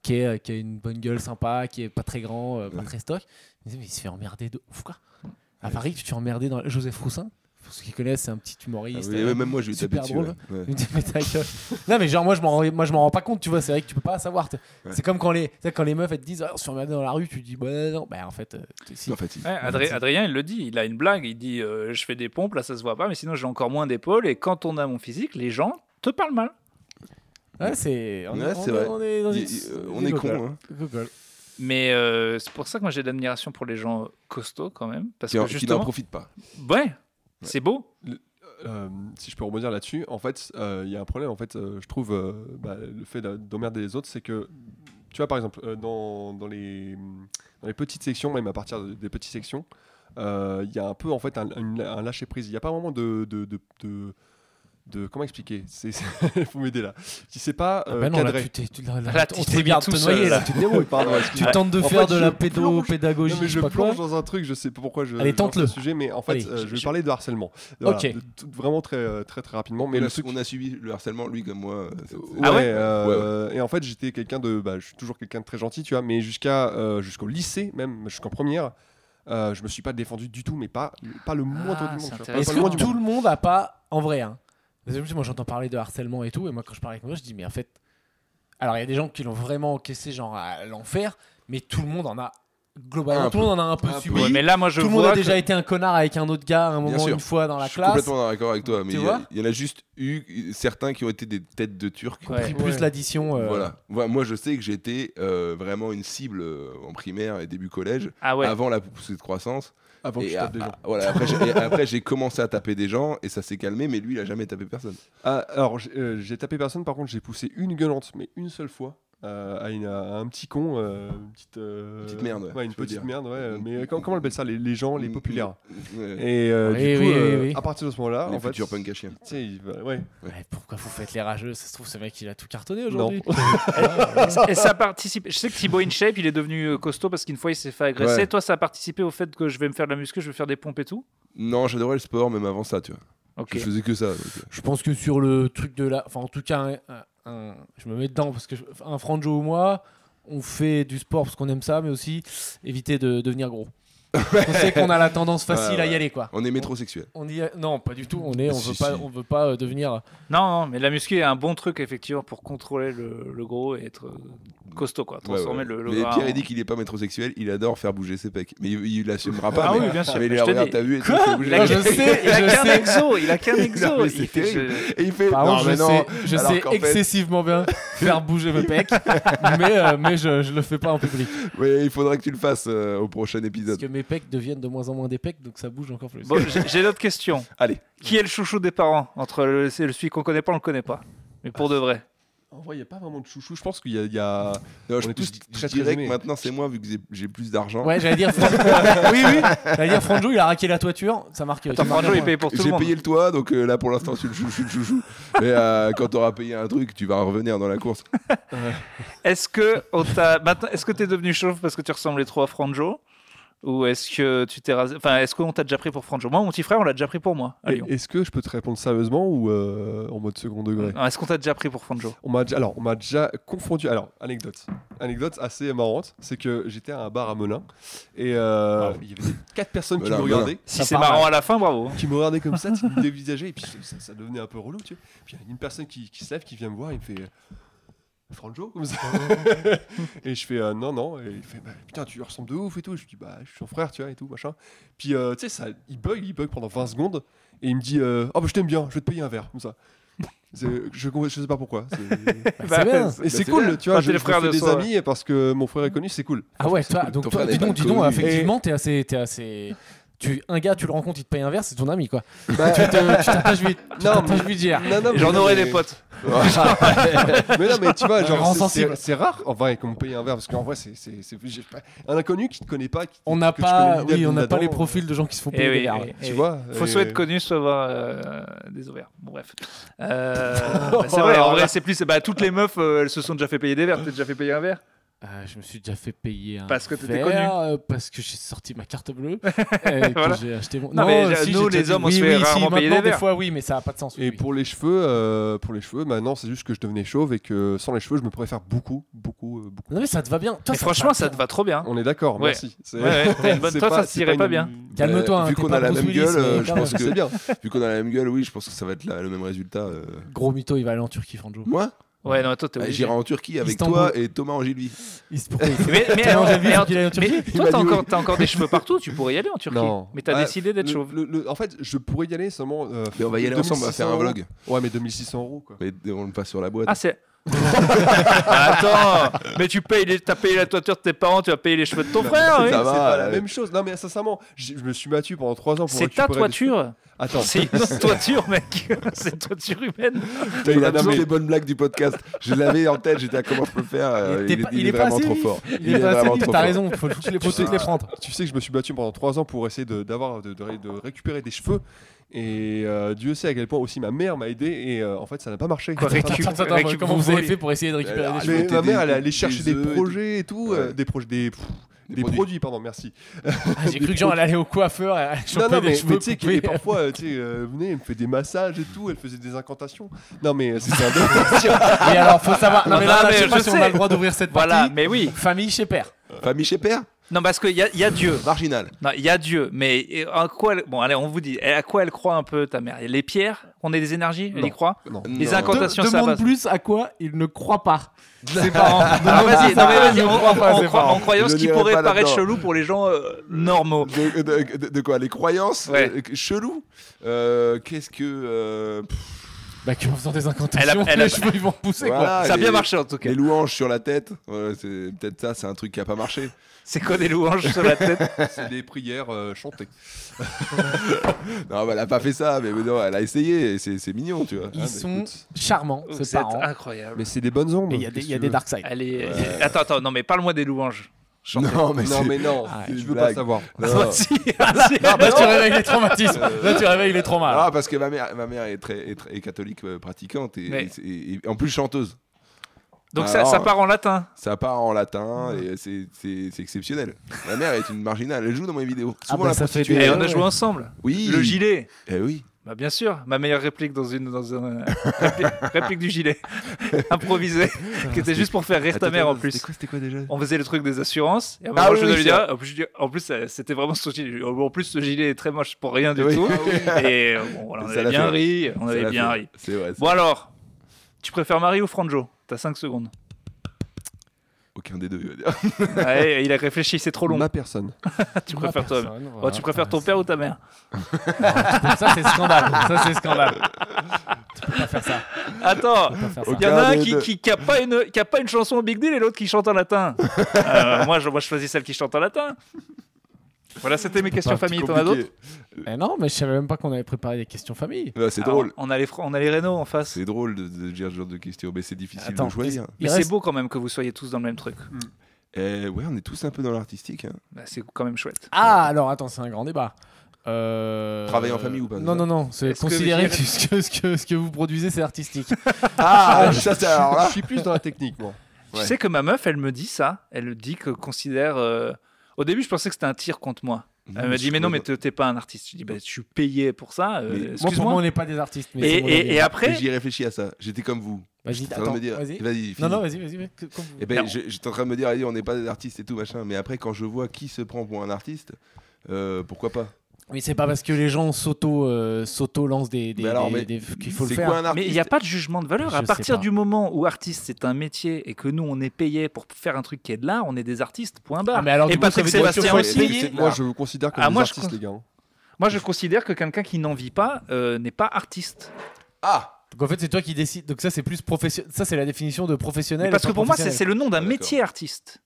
qui, est, euh, qui a une bonne gueule sympa, qui est pas très grand, euh, pas
Ouais.
très stock. Ils me disaient, mais il se fait emmerder de ouf quoi. À Paris, tu te fais emmerder dans Joseph Roussin. Pour ceux qui connaissent, c'est un petit
Ah
humoriste.
oui,
euh,
ouais, même moi, je lui ai tapé
super
dessus.
drôle.
ouais. Ouais.
Il me dit, mais ta gueule. non mais genre moi je m'en rends- moi je m'en rends pas compte tu vois c'est vrai que tu peux pas savoir t'es-
Ouais.
c'est comme quand les c'est quand les meufs elles te disent Ah, on se fait emmerder dans la rue tu dis bah non bah en fait euh, t'es- si.
Non, Fatih.
Ouais, Adrien- Adrien, il le dit, il a une blague, il dit euh, je fais des pompes, là ça se voit pas, mais sinon j'ai encore moins d'épaules et quand on a mon physique, les gens te parlent mal.
ouais c'est on,
Ouais,
est-
c'est
on est-
vrai.
on est dans
Il-
une-
il- euh, on est con. Hein.
Google.
Mais euh, c'est pour ça que moi j'ai de l'admiration pour les gens costauds quand même, parce
Qui
que
en- qui n'en
justement,
profite pas.
ouais, c'est beau.
Euh, si je peux rebondir là-dessus, en fait, euh, il y a un problème. En fait, euh, je trouve euh, bah, le fait d'a- d'emmerder les autres, c'est que tu vois, par exemple, euh, dans, dans les, dans les petites sections, même à partir de- des petites sections, euh, il y a un peu en fait un, une- un lâcher prise. Il n'y a pas vraiment de, de, de, de- de- comment expliquer C'est c'est- faut m'aider là. Si c'est pas
Ah
euh,
bah non là
cadré.
tu t'es tu, là, là,
Là,
on
tu
te
t'es mis
regarde
tout
te
seul,
noyer
là.
là tu te débrouilles
Pardon, excuse-moi.
tu tentes de
En
faire
fait,
de
je
la
plonge.
pédopédagogie
Non, mais
je
je
sais pas quoi
plonge dans un truc, je sais pas pourquoi je.
Allez,
je lance
tente-le.
ce sujet, mais en fait,
Allez,
euh,
je-
je vais
je-
parler de harcèlement.
Ok.
de tout- vraiment très, euh, très, très rapidement. Mais
on,
le
a,
truc
on a subi le harcèlement, lui comme moi. euh, c'est- c'est-
Ah ouais
euh, Et en fait, j'étais quelqu'un de, bah, je suis toujours quelqu'un de très gentil, tu vois, mais jusqu'à euh, jusqu'au lycée même, jusqu'en première, euh, je me suis pas défendu du tout, mais pas pas le moindre
Ah,
du monde.
c'est
tu vois, pas-
intéressant.
pas
Est-ce
le moindre
que
du
tout
monde.
le monde a pas, en vrai, hein, parce que moi j'entends parler de harcèlement et tout, et moi quand je parle avec moi, je dis mais en fait, alors il y a des gens qui l'ont vraiment encaissé genre à l'enfer, mais tout le monde en a globalement,
Un
tout le monde en a un peu
Un
subi.
peu.
Ouais, mais là moi je
tout le monde
vois
a
que-
déjà été un connard avec un autre gars à un
Bien
moment,
sûr.
une fois dans la
Je suis
classe.
complètement d'accord avec toi, mais
Tu
il y,
vois
a- il y en a juste eu certains qui ont été des têtes de turcs.
Ouais.
Pris
Ouais.
plus l'addition. euh,
Voilà. Moi, moi, je sais que j'étais euh, vraiment une cible euh, en primaire et début collège,
Ah ouais.
avant la poussée de croissance.
Avant que
Et
je tape
à-
des gens.
à- voilà, après, j'ai- et après, j'ai commencé à taper des gens et ça s'est calmé, mais lui, il a jamais tapé personne.
Ah, alors, j'ai euh, j'ai tapé personne, par contre, j'ai poussé une gueulante, mais une seule fois. euh, à, une- à un petit con, euh, une petite, euh,
Une petite merde,
ouais, une
tu veux
petite
dire.
merde, ouais. euh,
Mm.
Mais euh, comment, comment on appelle ça les, les gens, les
Mm.
populaires.
Ouais.
Et euh,
Oui,
du coup,
oui,
euh,
oui, oui.
à partir de ce moment-là,
les
en fait,
futurs punk à chien.
tu sais, il va- ouais,
ouais, pourquoi vous faites les rageux Ça se trouve, ce mec il a tout cartonné
non.
aujourd'hui.
Et ça participe. Je sais que Thibaut InShape, il est devenu euh, costaud parce qu'une fois il s'est fait agresser.
Ouais.
Toi, ça a participé au fait que je vais me faire de la muscu, je vais faire des pompes et tout.
Non, j'adorais le sport, même avant ça, tu vois.
Ok.
Je faisais que ça. donc, euh,
Je pense que sur le truc de la. Enfin, en tout cas, un- un- un- je me mets dedans parce que je- un Franjo ou moi, on fait du sport parce qu'on aime ça, mais aussi éviter de devenir gros. on sait qu'on a la tendance facile
Ouais,
à y
ouais.
aller, quoi.
on est métrosexuel.
On y a- Non, pas du tout. On est, on
Si,
veut pas,
si.
on veut pas euh, devenir.
Non, non, mais la muscu est un bon truc effectivement pour contrôler le, le gros et être euh, costaud quoi.
Ouais,
Transformer
ouais.
le, Ah. le
Mais
gras
Pierre
en-
il dit qu'il est pas métrosexuel, il adore faire bouger ses pecs. Mais il il l'assumera pas.
Ah
mais,
oui, bien sûr.
mais il
Je
est là,
te
regarde,
dis.
t'as vu et tout,
Quoi
il fait bouger
Il a,
Non,
les
je
pecs.
sais,
il a
je
qu'un
sais.
exo, il a qu'un exo.
Non, mais c'est
Il fait-
terrible.
je-
Et il fait.
Par
non,
contre,
mais
je sais,
non.
je
Alors
sais
qu'en fait-
excessivement bien faire bouger mes pecs, mais, euh, mais je, je le fais pas en public.
Ouais, il faudrait que tu le fasses euh, au prochain
Parce
épisode.
que mes pecs deviennent de moins en moins des pecs, donc ça bouge encore plus.
Bon, j'ai j'ai d'autres questions.
Allez.
Qui est le chouchou des parents Entre le, c'est le- celui qu'on connaît pas, on le connaît pas. Mais pour de vrai.
En vrai, il n'y a pas vraiment de chouchou. Je pense qu'il y a- il y a...
Non, je,
On est tous
je- je
très, très
dirais
aimés.
que maintenant c'est moi vu que j'ai- j'ai plus d'argent.
Ouais, j'allais dire. Fran- oui, oui. J'allais dire Franjo, il a raqué la toiture. Ça marque. euh,
Attends,
tu marques un
Franjo, il
point.
paye pour tout le
J'ai
monde.
payé le toit, donc euh, là pour l'instant je suis le chou- je suis le chouchou. Mais euh, quand t'auras payé un truc, tu vas revenir dans la course.
Est-ce que on t'a- maintenant, est-ce que t'es devenu chauve parce que tu ressemblais trop à Franjo ou est-ce que tu t'es rasé Enfin, est-ce qu'on t'a déjà pris pour Franjo Moi, mon petit frère, on l'a déjà pris pour moi à
Et-
Lyon.
Est-ce que je peux te répondre sérieusement ou euh, en mode second degré
Non, Ah, Est-ce qu'on t'a déjà pris pour Franjo
on m'a déjà- alors, on m'a déjà confondu. Alors, anecdote. Anecdote assez marrante, c'est que j'étais à un bar à Melun et euh, il y avait des- quatre personnes qui me
Melun,
regardaient,
Si
Ça
c'est
part
marrant
mal.
à la fin, bravo.
qui me regardaient comme ça, qui me dévisageaient et puis ça, ça devenait un peu relou, tu vois. Puis il y a une personne qui, qui se lève, qui vient me voir et me fait euh, Franjo comme ça. et je fais euh, non non et il fait bah, putain tu lui ressembles de ouf et tout. Je lui dis bah je suis son frère, tu vois et tout machin. Puis euh, tu sais ça, il bug, il bug pendant 20 secondes et il me dit euh, oh bah, je t'aime bien, je vais te payer un verre comme ça. C'est- Je, je sais pas pourquoi. c'est-
Bah,
Bah,
c'est bien.
et c'est
c'est
cool,
bien.
tu vois,
Quand
je,
t'es le
je me
frère
fais
de
des
soi,
amis et parce que mon frère est connu, c'est cool.
Ah ouais, toi, donc
Ton
toi,
frère
dis
n'est
donc,
pas
dis donc,
connu.
effectivement, t'es assez, t'es assez. Tu, un gars, tu le rencontres, il te paye un verre, c'est ton ami, quoi. tu te- tu t'attaches vite. Tu
Non,
t'attaches
mais-
vite hier.
Non, non, mais
J'en
non,
aurais
mais-
des potes.
mais non, mais tu vois,
Grand
genre, c'est-
sensible.
c'est- c'est rare, en vrai, qu'on me paye un verre, parce qu'en vrai, c'est. c'est- c'est- j'ai pas- Un inconnu qui te connaît pas, qui-
On n'a
que tu connais
pas,
ni
oui,
d'Adam,
on n'a pas
d'Adam,
les profils de gens qui se font
Eh
payer
oui,
des verres.
eh,
ouais.
eh
Tu
oui.
vois
Faut
et-
soit être connu, soit avoir euh, des ovaires. Bon, bref. Euh, bah, c'est vrai, en vrai, c'est plus. Bah, toutes les meufs, euh, elles se sont déjà fait payer des verres. T'es déjà fait payer un verre
Euh, je me suis déjà fait payer un
Parce que t'étais
verre,
connu.
euh, parce que j'ai sorti ma carte bleue et
Voilà.
que j'ai acheté mon.
Non, mais
euh,
j'ai- nous,
j'ai déjà
les
dit
hommes, on
oui,
se fait
oui, si,
rarement payer
maintenant,
des
Des
verres.
fois, oui, mais ça n'a pas de sens. oui,
Et
oui.
pour les cheveux, euh, pour les cheveux, maintenant c'est juste que je devenais chauve et que sans les cheveux, je me pourrais faire beaucoup, beaucoup, euh, beaucoup.
Non, mais ça te va bien. Toi,
Mais franchement, ça te va trop bien.
On est d'accord,
Ouais.
merci. C'est-
Ouais, ouais, t'as une bonne-
c'est
toi, ça se
c'est
tirait pas
une-
bien.
Calme-toi, hein,
vu
t'es
qu'on
pas
a la
Bruce
même
Willis,
gueule,
mais
euh, je
quand même.
pense que
C'est bien.
vu qu'on a la même gueule, oui, je pense que ça va être la- le même résultat. euh.
Gros mytho, il va aller en Turquie, Fanjo.
Moi,
Ouais, non, mais toi, t'es
Ah,
obligé.
j'irai en Turquie avec
Istanbul.
toi et Thomas Angilvi.
Il se pourquoi il fait-
Mais, mais,
T'as mangé le
mais-
bif qu'il allait
mais
en Turquie
toi, t'as
dit oui.
encore, t'as encore des cheveux partout, tu pourrais y aller en Turquie.
Non.
Mais t'as
Ah,
décidé d'être
Le-
chauve.
le- le- en fait, je pourrais y aller seulement. euh,
Mais on va y aller ensemble, on va
2600
faire un
euros.
vlog.
Ouais, mais 2600 euros quoi.
Mais on le passe sur la boîte.
Ah, c'est. Attends, mais tu payes, les- t'as payé la toiture de tes parents, tu vas payer les cheveux de ton frère.
ça
oui.
va,
c'est pas la
euh,
même chose. Non, mais sincèrement, j'ai- je me suis battu pendant 3 ans pour.
C'est ta
récupérer des cheveux.
toiture.
Attends,
C'est une toiture, mec. C'est une toiture humaine.
Putain, il a
Non,
toutes
mais-
les bonnes blagues du podcast. Je l'avais en tête, j'étais à comment je peux faire. euh,
était
il, est-
pas-
il
il
est,
est pas
vraiment
assez
trop
vif.
fort.
Il est pas assez
vraiment
vite,
trop
t'as
fort.
raison, faut, faut les- faut toutes les prendre.
tu sais que je me suis battu pendant 3 ans pour essayer de- d'avoir de, de- de récupérer des cheveux. Et euh, Dieu sait à quel point aussi ma mère m'a aidé. Et euh, en fait, ça n'a pas marché.
Ah,
Quoi,
Certains-
récup-
Attends, attends, attends,
récup-
comment vous avez
vous-
fait pour essayer de récupérer
Alors,
des
je
Mais
m'étais
ma mère,
dit
elle est allée
des
chercher des,
œufs et tout.
projets et tout, euh,
Ouais.
des projets, des, pff,
Des
des produits.
produits.
pardon, merci.
Ah, J'ai cru que genre elle allait au coiffeur, elle allait
Non,
choper
non,
des
mais, mais
cheveux
tu sais
coupés.
que parfois, euh, tu sais, euh, venez, elle me fait des massages et tout, elle faisait des incantations. Non, mais euh, c'était un délire.
Oui, alors faut savoir. Non, mais
Non,
là, là,
mais
je sais pas
je
si on a
sais.
le droit d'ouvrir cette
Voilà,
partie.
mais oui.
Famille chez père.
Famille chez père
Non, parce qu'il y a, il y a Dieu.
Marginal.
Non, il y a Dieu, mais et à quoi elle... Bon, allez, on vous dit. Et À quoi elle croit un peu, ta mère Les pierres On est des énergies Elle y
Non.
croit
Non.
Les
Non.
incantations. Attention,
De-
ça
demande
passe.
plus à quoi il ne croit pas.
C'est marrant. Ah, vas-y, non, mais vas-y, on,
croit pas,
on- on
c'est
croit-
marrant.
en croyant
Je
ce qui
n'irai
pourrait
pas
paraître
là-dedans.
chelou pour les gens euh, normaux.
De, de- de- de quoi Les croyances
Ouais.
euh, Chelou Euh, Qu'est-ce que. euh, pff,
Bah, qu'en faisant des
Elle a-
incantations,
elle a-
les cheveux ils vont pousser quoi.
voilà,
ça a bien
les-
marché en tout cas.
Les louanges sur la tête, Voilà, c'est peut-être ça, c'est un truc qui a pas marché.
C'est quoi des louanges sur la tête
C'est des prières euh, chantées.
Non, bah, elle a pas fait ça, mais, mais non, elle a essayé, et c'est c'est mignon, tu vois.
Ils
Ah, mais
sont
écoute.
charmants,
Vous
ces
êtes
parents.
incroyable.
Mais c'est des bonnes ondes.
Et il y a des, il y a
qu'est-ce
des
que
dark side.
Allez, attends, attends, non, mais parle-moi des louanges. Chantez.
Non, mais
tu veux Non,
c'est-
mais non,
Ah,
je
c'est
veux
une
pas
blague.
savoir.
Non.
Si,
Là, tu réveilles les traumatismes. Là, tu réveilles les traumas. là.
Ah, parce que ma mère, ma mère est, très, est très- est catholique euh, pratiquante et,
Ouais.
et- et- en plus chanteuse.
Donc ça,
Alors,
ça part en latin.
Ça part en
Ah.
latin et c'est- c'est c'est exceptionnel. Ma mère est une marginale, elle joue dans mes vidéos.
Ah,
Souvent
bah,
la
ça fait
prostituée.
des-
Et
ouais,
on a
ouais.
joué ensemble.
Oui.
Le gilet.
Eh oui.
Bah bien sûr, ma meilleure réplique dans une dans un euh, répli- réplique du gilet improvisée qui était juste pour faire rire ta mère en plus.
C'était quoi déjà
On faisait le truc des assurances et à un
Ah
moment,
oui,
je
oui,
lui
c'est
dis, ah, en plus, je dis- en plus, ça- c'était vraiment son gilet. En plus ce gilet est très moche pour rien du
Oui.
tout
Ah oui.
et euh, bon, voilà, on
Ça
avait
l'a
bien
fait.
ri, on
Ça
avait
l'a
bien
fait.
ri.
C'est vrai. c'est-
Bon alors, tu préfères Marie ou Franjo T'as 5 secondes.
Aucun des deux. il va dire.
Ouais, Ah, eh, il a réfléchi, c'est trop long.
Ma personne.
tu préfères toi.
Personne,
Oh,
voilà,
tu
Ah,
préfères ton père ou ta mère
Ça, c'est scandale. Ça, c'est scandale. Tu peux pas faire ça.
Attends,
Tu peux pas faire Ah, ça.
Il y en a un
Regardez
qui,
de-
qui, qui a pas une, qui a pas une chanson au Big Deal et l'autre qui chante en latin. Euh, moi, je, moi, je choisis celle qui chante en latin. Voilà, c'était mes questions famille. T'en as d'autres
Compliqué.
Eh non, mais je savais même pas qu'on avait préparé des questions famille.
Non, Bah, C'est
Alors,
drôle.
Ah, On a les, Fran- on a les Renault en face.
C'est drôle de, de dire ce genre de questions, mais c'est difficile
Attends,
de choisir.
Mais
Il
c'est
reste-
beau quand même que vous soyez tous dans le même truc.
Eh, ouais, on est tous un peu dans l'artistique. hein.
Bah, c'est quand même chouette.
Ah, alors attends, c'est un grand débat. Euh,
Travailler en famille ou pas,
Non,
déjà
non, non. C'est
Est-ce que-
considérer que, ce que, ce que- ce que vous produisez, c'est artistique.
Ah, ça c'est alors
Je
là.
suis plus dans la technique, moi.
Tu
Ouais.
sais que ma meuf, elle me dit ça. Elle dit que considère. euh, Au début, je pensais que c'était un tir contre moi. Elle me dit, mais non, mais t'es t'es pas un artiste. Je dis, bah, je suis payé pour ça. euh,
Mais moi,
Moi, pour moi, on
Excuse-moi.
n'est pas des artistes. Mais
Et,
c'est mon
et-
avis.
et après,
J'y ai réfléchi à ça. J'étais comme vous.
Vas-y,
J'étais en train
attends,
de me dire.
vas-y.
Vas-y.
Non,
finis.
non, vas-y, vas-y. vas-y, que- comme-
Eh
Non.
ben, je- j'étais en train de me dire, allez, on n'est pas des artistes et tout machin, mais après, quand je vois qui se prend pour un artiste, euh, pourquoi pas
Mais c'est pas parce que les gens s'auto euh, s'auto lancent des, des,
Mais alors,
des-
mais
des- qu'il faut le
C'est
faire.
quoi un artiste
Mais il n'y a pas de jugement de valeur.
Je
à
sais
partir
pas.
du moment où artiste c'est un métier et que nous on est payé pour faire un truc qui est de l'art, on est des artistes. Point barre.
Ah, mais alors,
et
du coup,
Patrick
ça veut dire qu'il
Sébastien
faut
aussi.
être payé.
C'est de
Moi,
l'art.
je vous considère comme
Ah,
des
moi, je
artistes, les gars. hein.
Moi je considère que quelqu'un qui n'en vit pas euh, n'est pas artiste.
Ah
Donc en fait, c'est toi qui décides. Donc ça, c'est plus professionnel. Ça, c'est la définition de professionnel.
Mais parce
et
que
pas
pour moi c'est c'est le
professionnel.
nom d'un
Ah, d'accord.
métier artiste.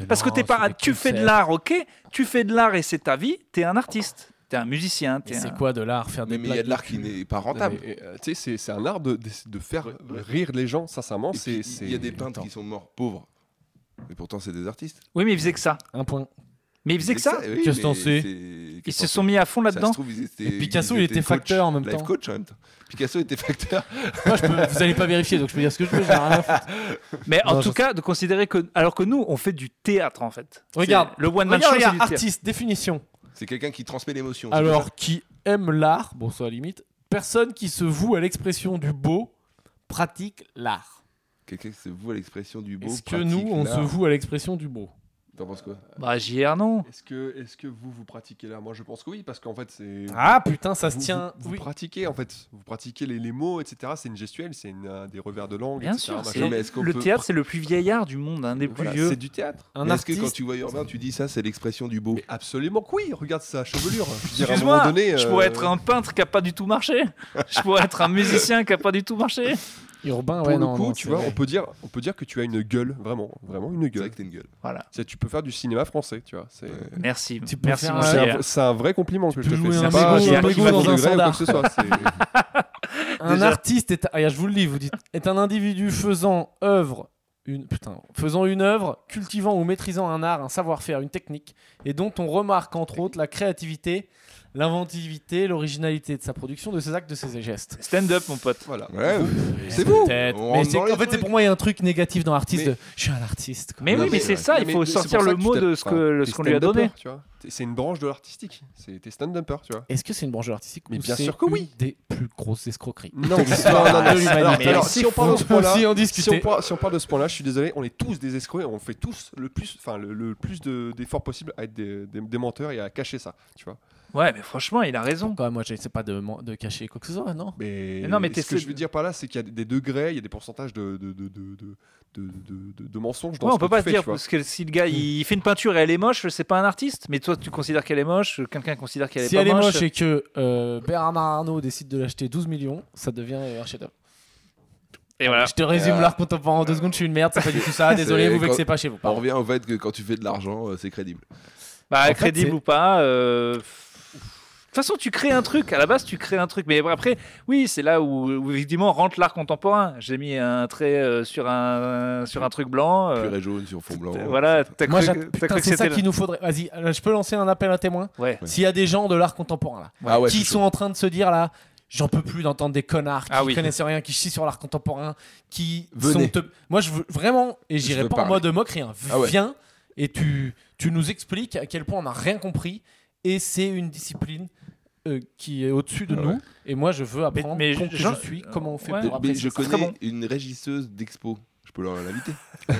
Mais
Parce que
non,
t'es pas,
c'est
ah,
des
tu fais de
concepts.
l'art, ok Tu fais de l'art et c'est ta vie. T'es un artiste. T'es un musicien.
Mais
T'es
c'est
un...
quoi de l'art Faire Ah, des
Mais mais il y a
blagues
de l'art qui n'est pas rentable.
Non, mais, euh, tu sais, c'est- c'est un art de, de, de faire rire les gens, sincèrement.
Et
c'est-
puis,
c'est-
Il y a des peintres
Attends.
qui sont morts pauvres. Mais pourtant, c'est des artistes. Eh
Oui mais il faisait que ça.
Un point.
Mais il faisait que ça.
oui,
Qu'est-ce
mais
t'en sais
c'est-
Ils se sont mis à fond
Ça
là-dedans
se trouve, ils étaient-
Et Picasso,
ils
il était
coach,
facteur en même
life
temps.
coach en même temps. Picasso était facteur.
Moi, je peux- vous allez pas vérifier, donc je peux dire ce que je veux. j'en ai rien à foutre.
Mais en
Non,
tout
je-
cas, de considérer que. Alors que nous, on fait du théâtre en fait. C'est-
Regarde.
le one man show,
Regarde,
c'est
regarde,
du théâtre.
artiste, définition.
C'est quelqu'un qui transmet l'émotion. c'est
Alors, qui aime l'art, bon, soit à la limite, personne qui se voue à l'expression du beau pratique l'art.
Quelqu'un qui se voue à l'expression du beau.
Est-ce que
pratique
nous, on
l'art.
se voue à l'expression du beau
T'en penses quoi
Bah, JR, non.
Est-ce que, est que vous, vous pratiquez là Moi, je pense que oui, parce qu'en fait, c'est.
Ah putain, ça se
vous,
tient.
vous- vous
oui.
pratiquez, en fait. Vous pratiquez les, les mots, etc. C'est une gestuelle, c'est une, euh, des revers de langue,
Bien
etc.,
sûr.
machin.
c'est-
Non, mais est-ce qu'on
Le
peut-
théâtre, c'est le plus vieillard du monde, un des plus
Voilà,
vieux.
C'est du théâtre.
Un
Mais Est-ce que
artiste.
quand tu vois Urbain, tu dis ça, c'est l'expression du beau
Mais absolument que oui, regarde sa chevelure. Je veux dire, à un
Excuse-moi,
moment donné,
je
euh,
pourrais être un peintre qui a pas du tout marché. Je pourrais être un musicien qui a pas du tout marché.
Urbain,
Pour
ouais,
le
non,
coup,
non,
tu
c'est
vois,
vrai.
on peut, dire, on peut dire que tu as une gueule, vraiment, vraiment une
C'est vrai
gueule.
que t'es une gueule.
Voilà.
C'est- Tu peux faire du cinéma français, tu vois. C'est
Ouais.
Merci.
Tu peux
Merci,
faire
mon
un-
c'est
JR.
un, c'est un vrai compliment que je
peux
te fais.
jouer
C'est
un
pas
mégot
un
dans-
qui
un
va
mégot
ton
dans un
degré ou quoi
sandar.
que ce soit. c'est-
Un
Déjà-
artiste est. Regarde, je vous le lis, vous dites est un individu faisant œuvre. Une, putain, faisant une œuvre, cultivant ou maîtrisant un art, un savoir-faire, une technique, et dont on remarque entre autres la créativité, l'inventivité, l'originalité de sa production, de ses actes, de ses gestes.
Stand up, mon pote.
Voilà.
Ouais,
C'est vous
Peut-être.
On
Mais
rentre
c'est-
dans les
en fait, c'est
trucs.
pour moi, il y a un truc négatif dans artiste.
Mais-
de, je suis un artiste. quoi.
Mais
Non,
oui, mais
mais
c'est
ouais.
ça,
Non,
il
mais
faut
c'est pour
sortir
ça
le
que tu
mot
t'as-
de ce
enfin,
que-
t'es
ce qu'on lui a
stand-upper,
donné.
tu vois. T'es- C'est une branche de l'artistique. C'est- T'es stand-upper, tu vois.
Est-ce que c'est une branche artistique
Mais
ou
bien
c'est
sûr que oui.
une Des plus grosses escroqueries.
Non,
l'histoire
non, non, non,
de l'humanité.
alors,
Mais
alors,
c'est
si on parle de ce
fou.
point-là,
Si on
si,
discutait.
on par- si on parle de ce point-là, je suis désolé, on est tous des escrocs et on fait tous le plus, enfin le, le plus de- d'efforts possible à être des, des- des menteurs et à cacher ça, tu vois.
Ouais, mais franchement, il a raison.
Pourquoi moi, je sais pas de, de cacher quoi que ce soit, non
Mais,
Mais non, mais
ce
t'essaies
que je veux
de-
dire par là, c'est qu'il y a des- des degrés, il y a des pourcentages de, de, de, de, de, de- de- de- de mensonges dans
Ouais,
ce
on peut
que
pas
tu
se
fais,
dire
tu vois.
parce que si le gars il fait une peinture et elle est moche, c'est pas un artiste. Mais toi, tu considères qu'elle est moche, quelqu'un considère qu'elle est
Si
pas
elle est
moche.
moche et que euh, Bernard Arnault décide de l'acheter 12 millions, ça devient euh, un chef-d'œuvre.
Et voilà.
Je te résume
Euh,
l'art contemporain en deux secondes, je suis une merde, c'est pas du tout ça, désolé,
C'est
vous
quand-
vexez pas chez vous.
On
pardon.
revient au fait que quand tu fais de l'argent, euh, c'est crédible.
Bah,
fait,
crédible
c'est-
ou pas. euh, De toute façon, tu crées un truc. À la base, tu crées un truc. Mais après, oui, c'est là où, où, effectivement rentre l'art contemporain. J'ai mis un trait euh, sur, un, sur un truc blanc. euh,
Pur et jaune sur fond blanc.
t'as- voilà, t'as
Moi,
cru,
j'a-
que- t'as
putain,
cru que
c'est ça
c'était. le-
qu'il nous faudrait. Vas-y, euh, je peux lancer un appel à témoins
Ouais.
S'il y a des gens de l'art contemporain là,
Ah ouais, je
qui
suis
sont en train de se dire là, j'en peux plus d'entendre des connards qui
Ah oui.
connaissent rien, qui chient sur l'art contemporain, qui
Venez.
sont. te- Moi, je veux vraiment, et j'irai
veux
pas
parler.
en mode moquerie, hein.
Ah ouais.
viens et tu, tu nous expliques à quel point on n'a rien compris et c'est une discipline. euh, qui est au-dessus de
Ah
nous
ouais.
et moi je veux apprendre
mais
contre
je-
qui
Jean-
je suis comment on fait
Ouais.
Mais-
pour
Ah,
mais
apprécier
je
ça.
connais une régisseuse d'expo. Je peux leur- l'inviter.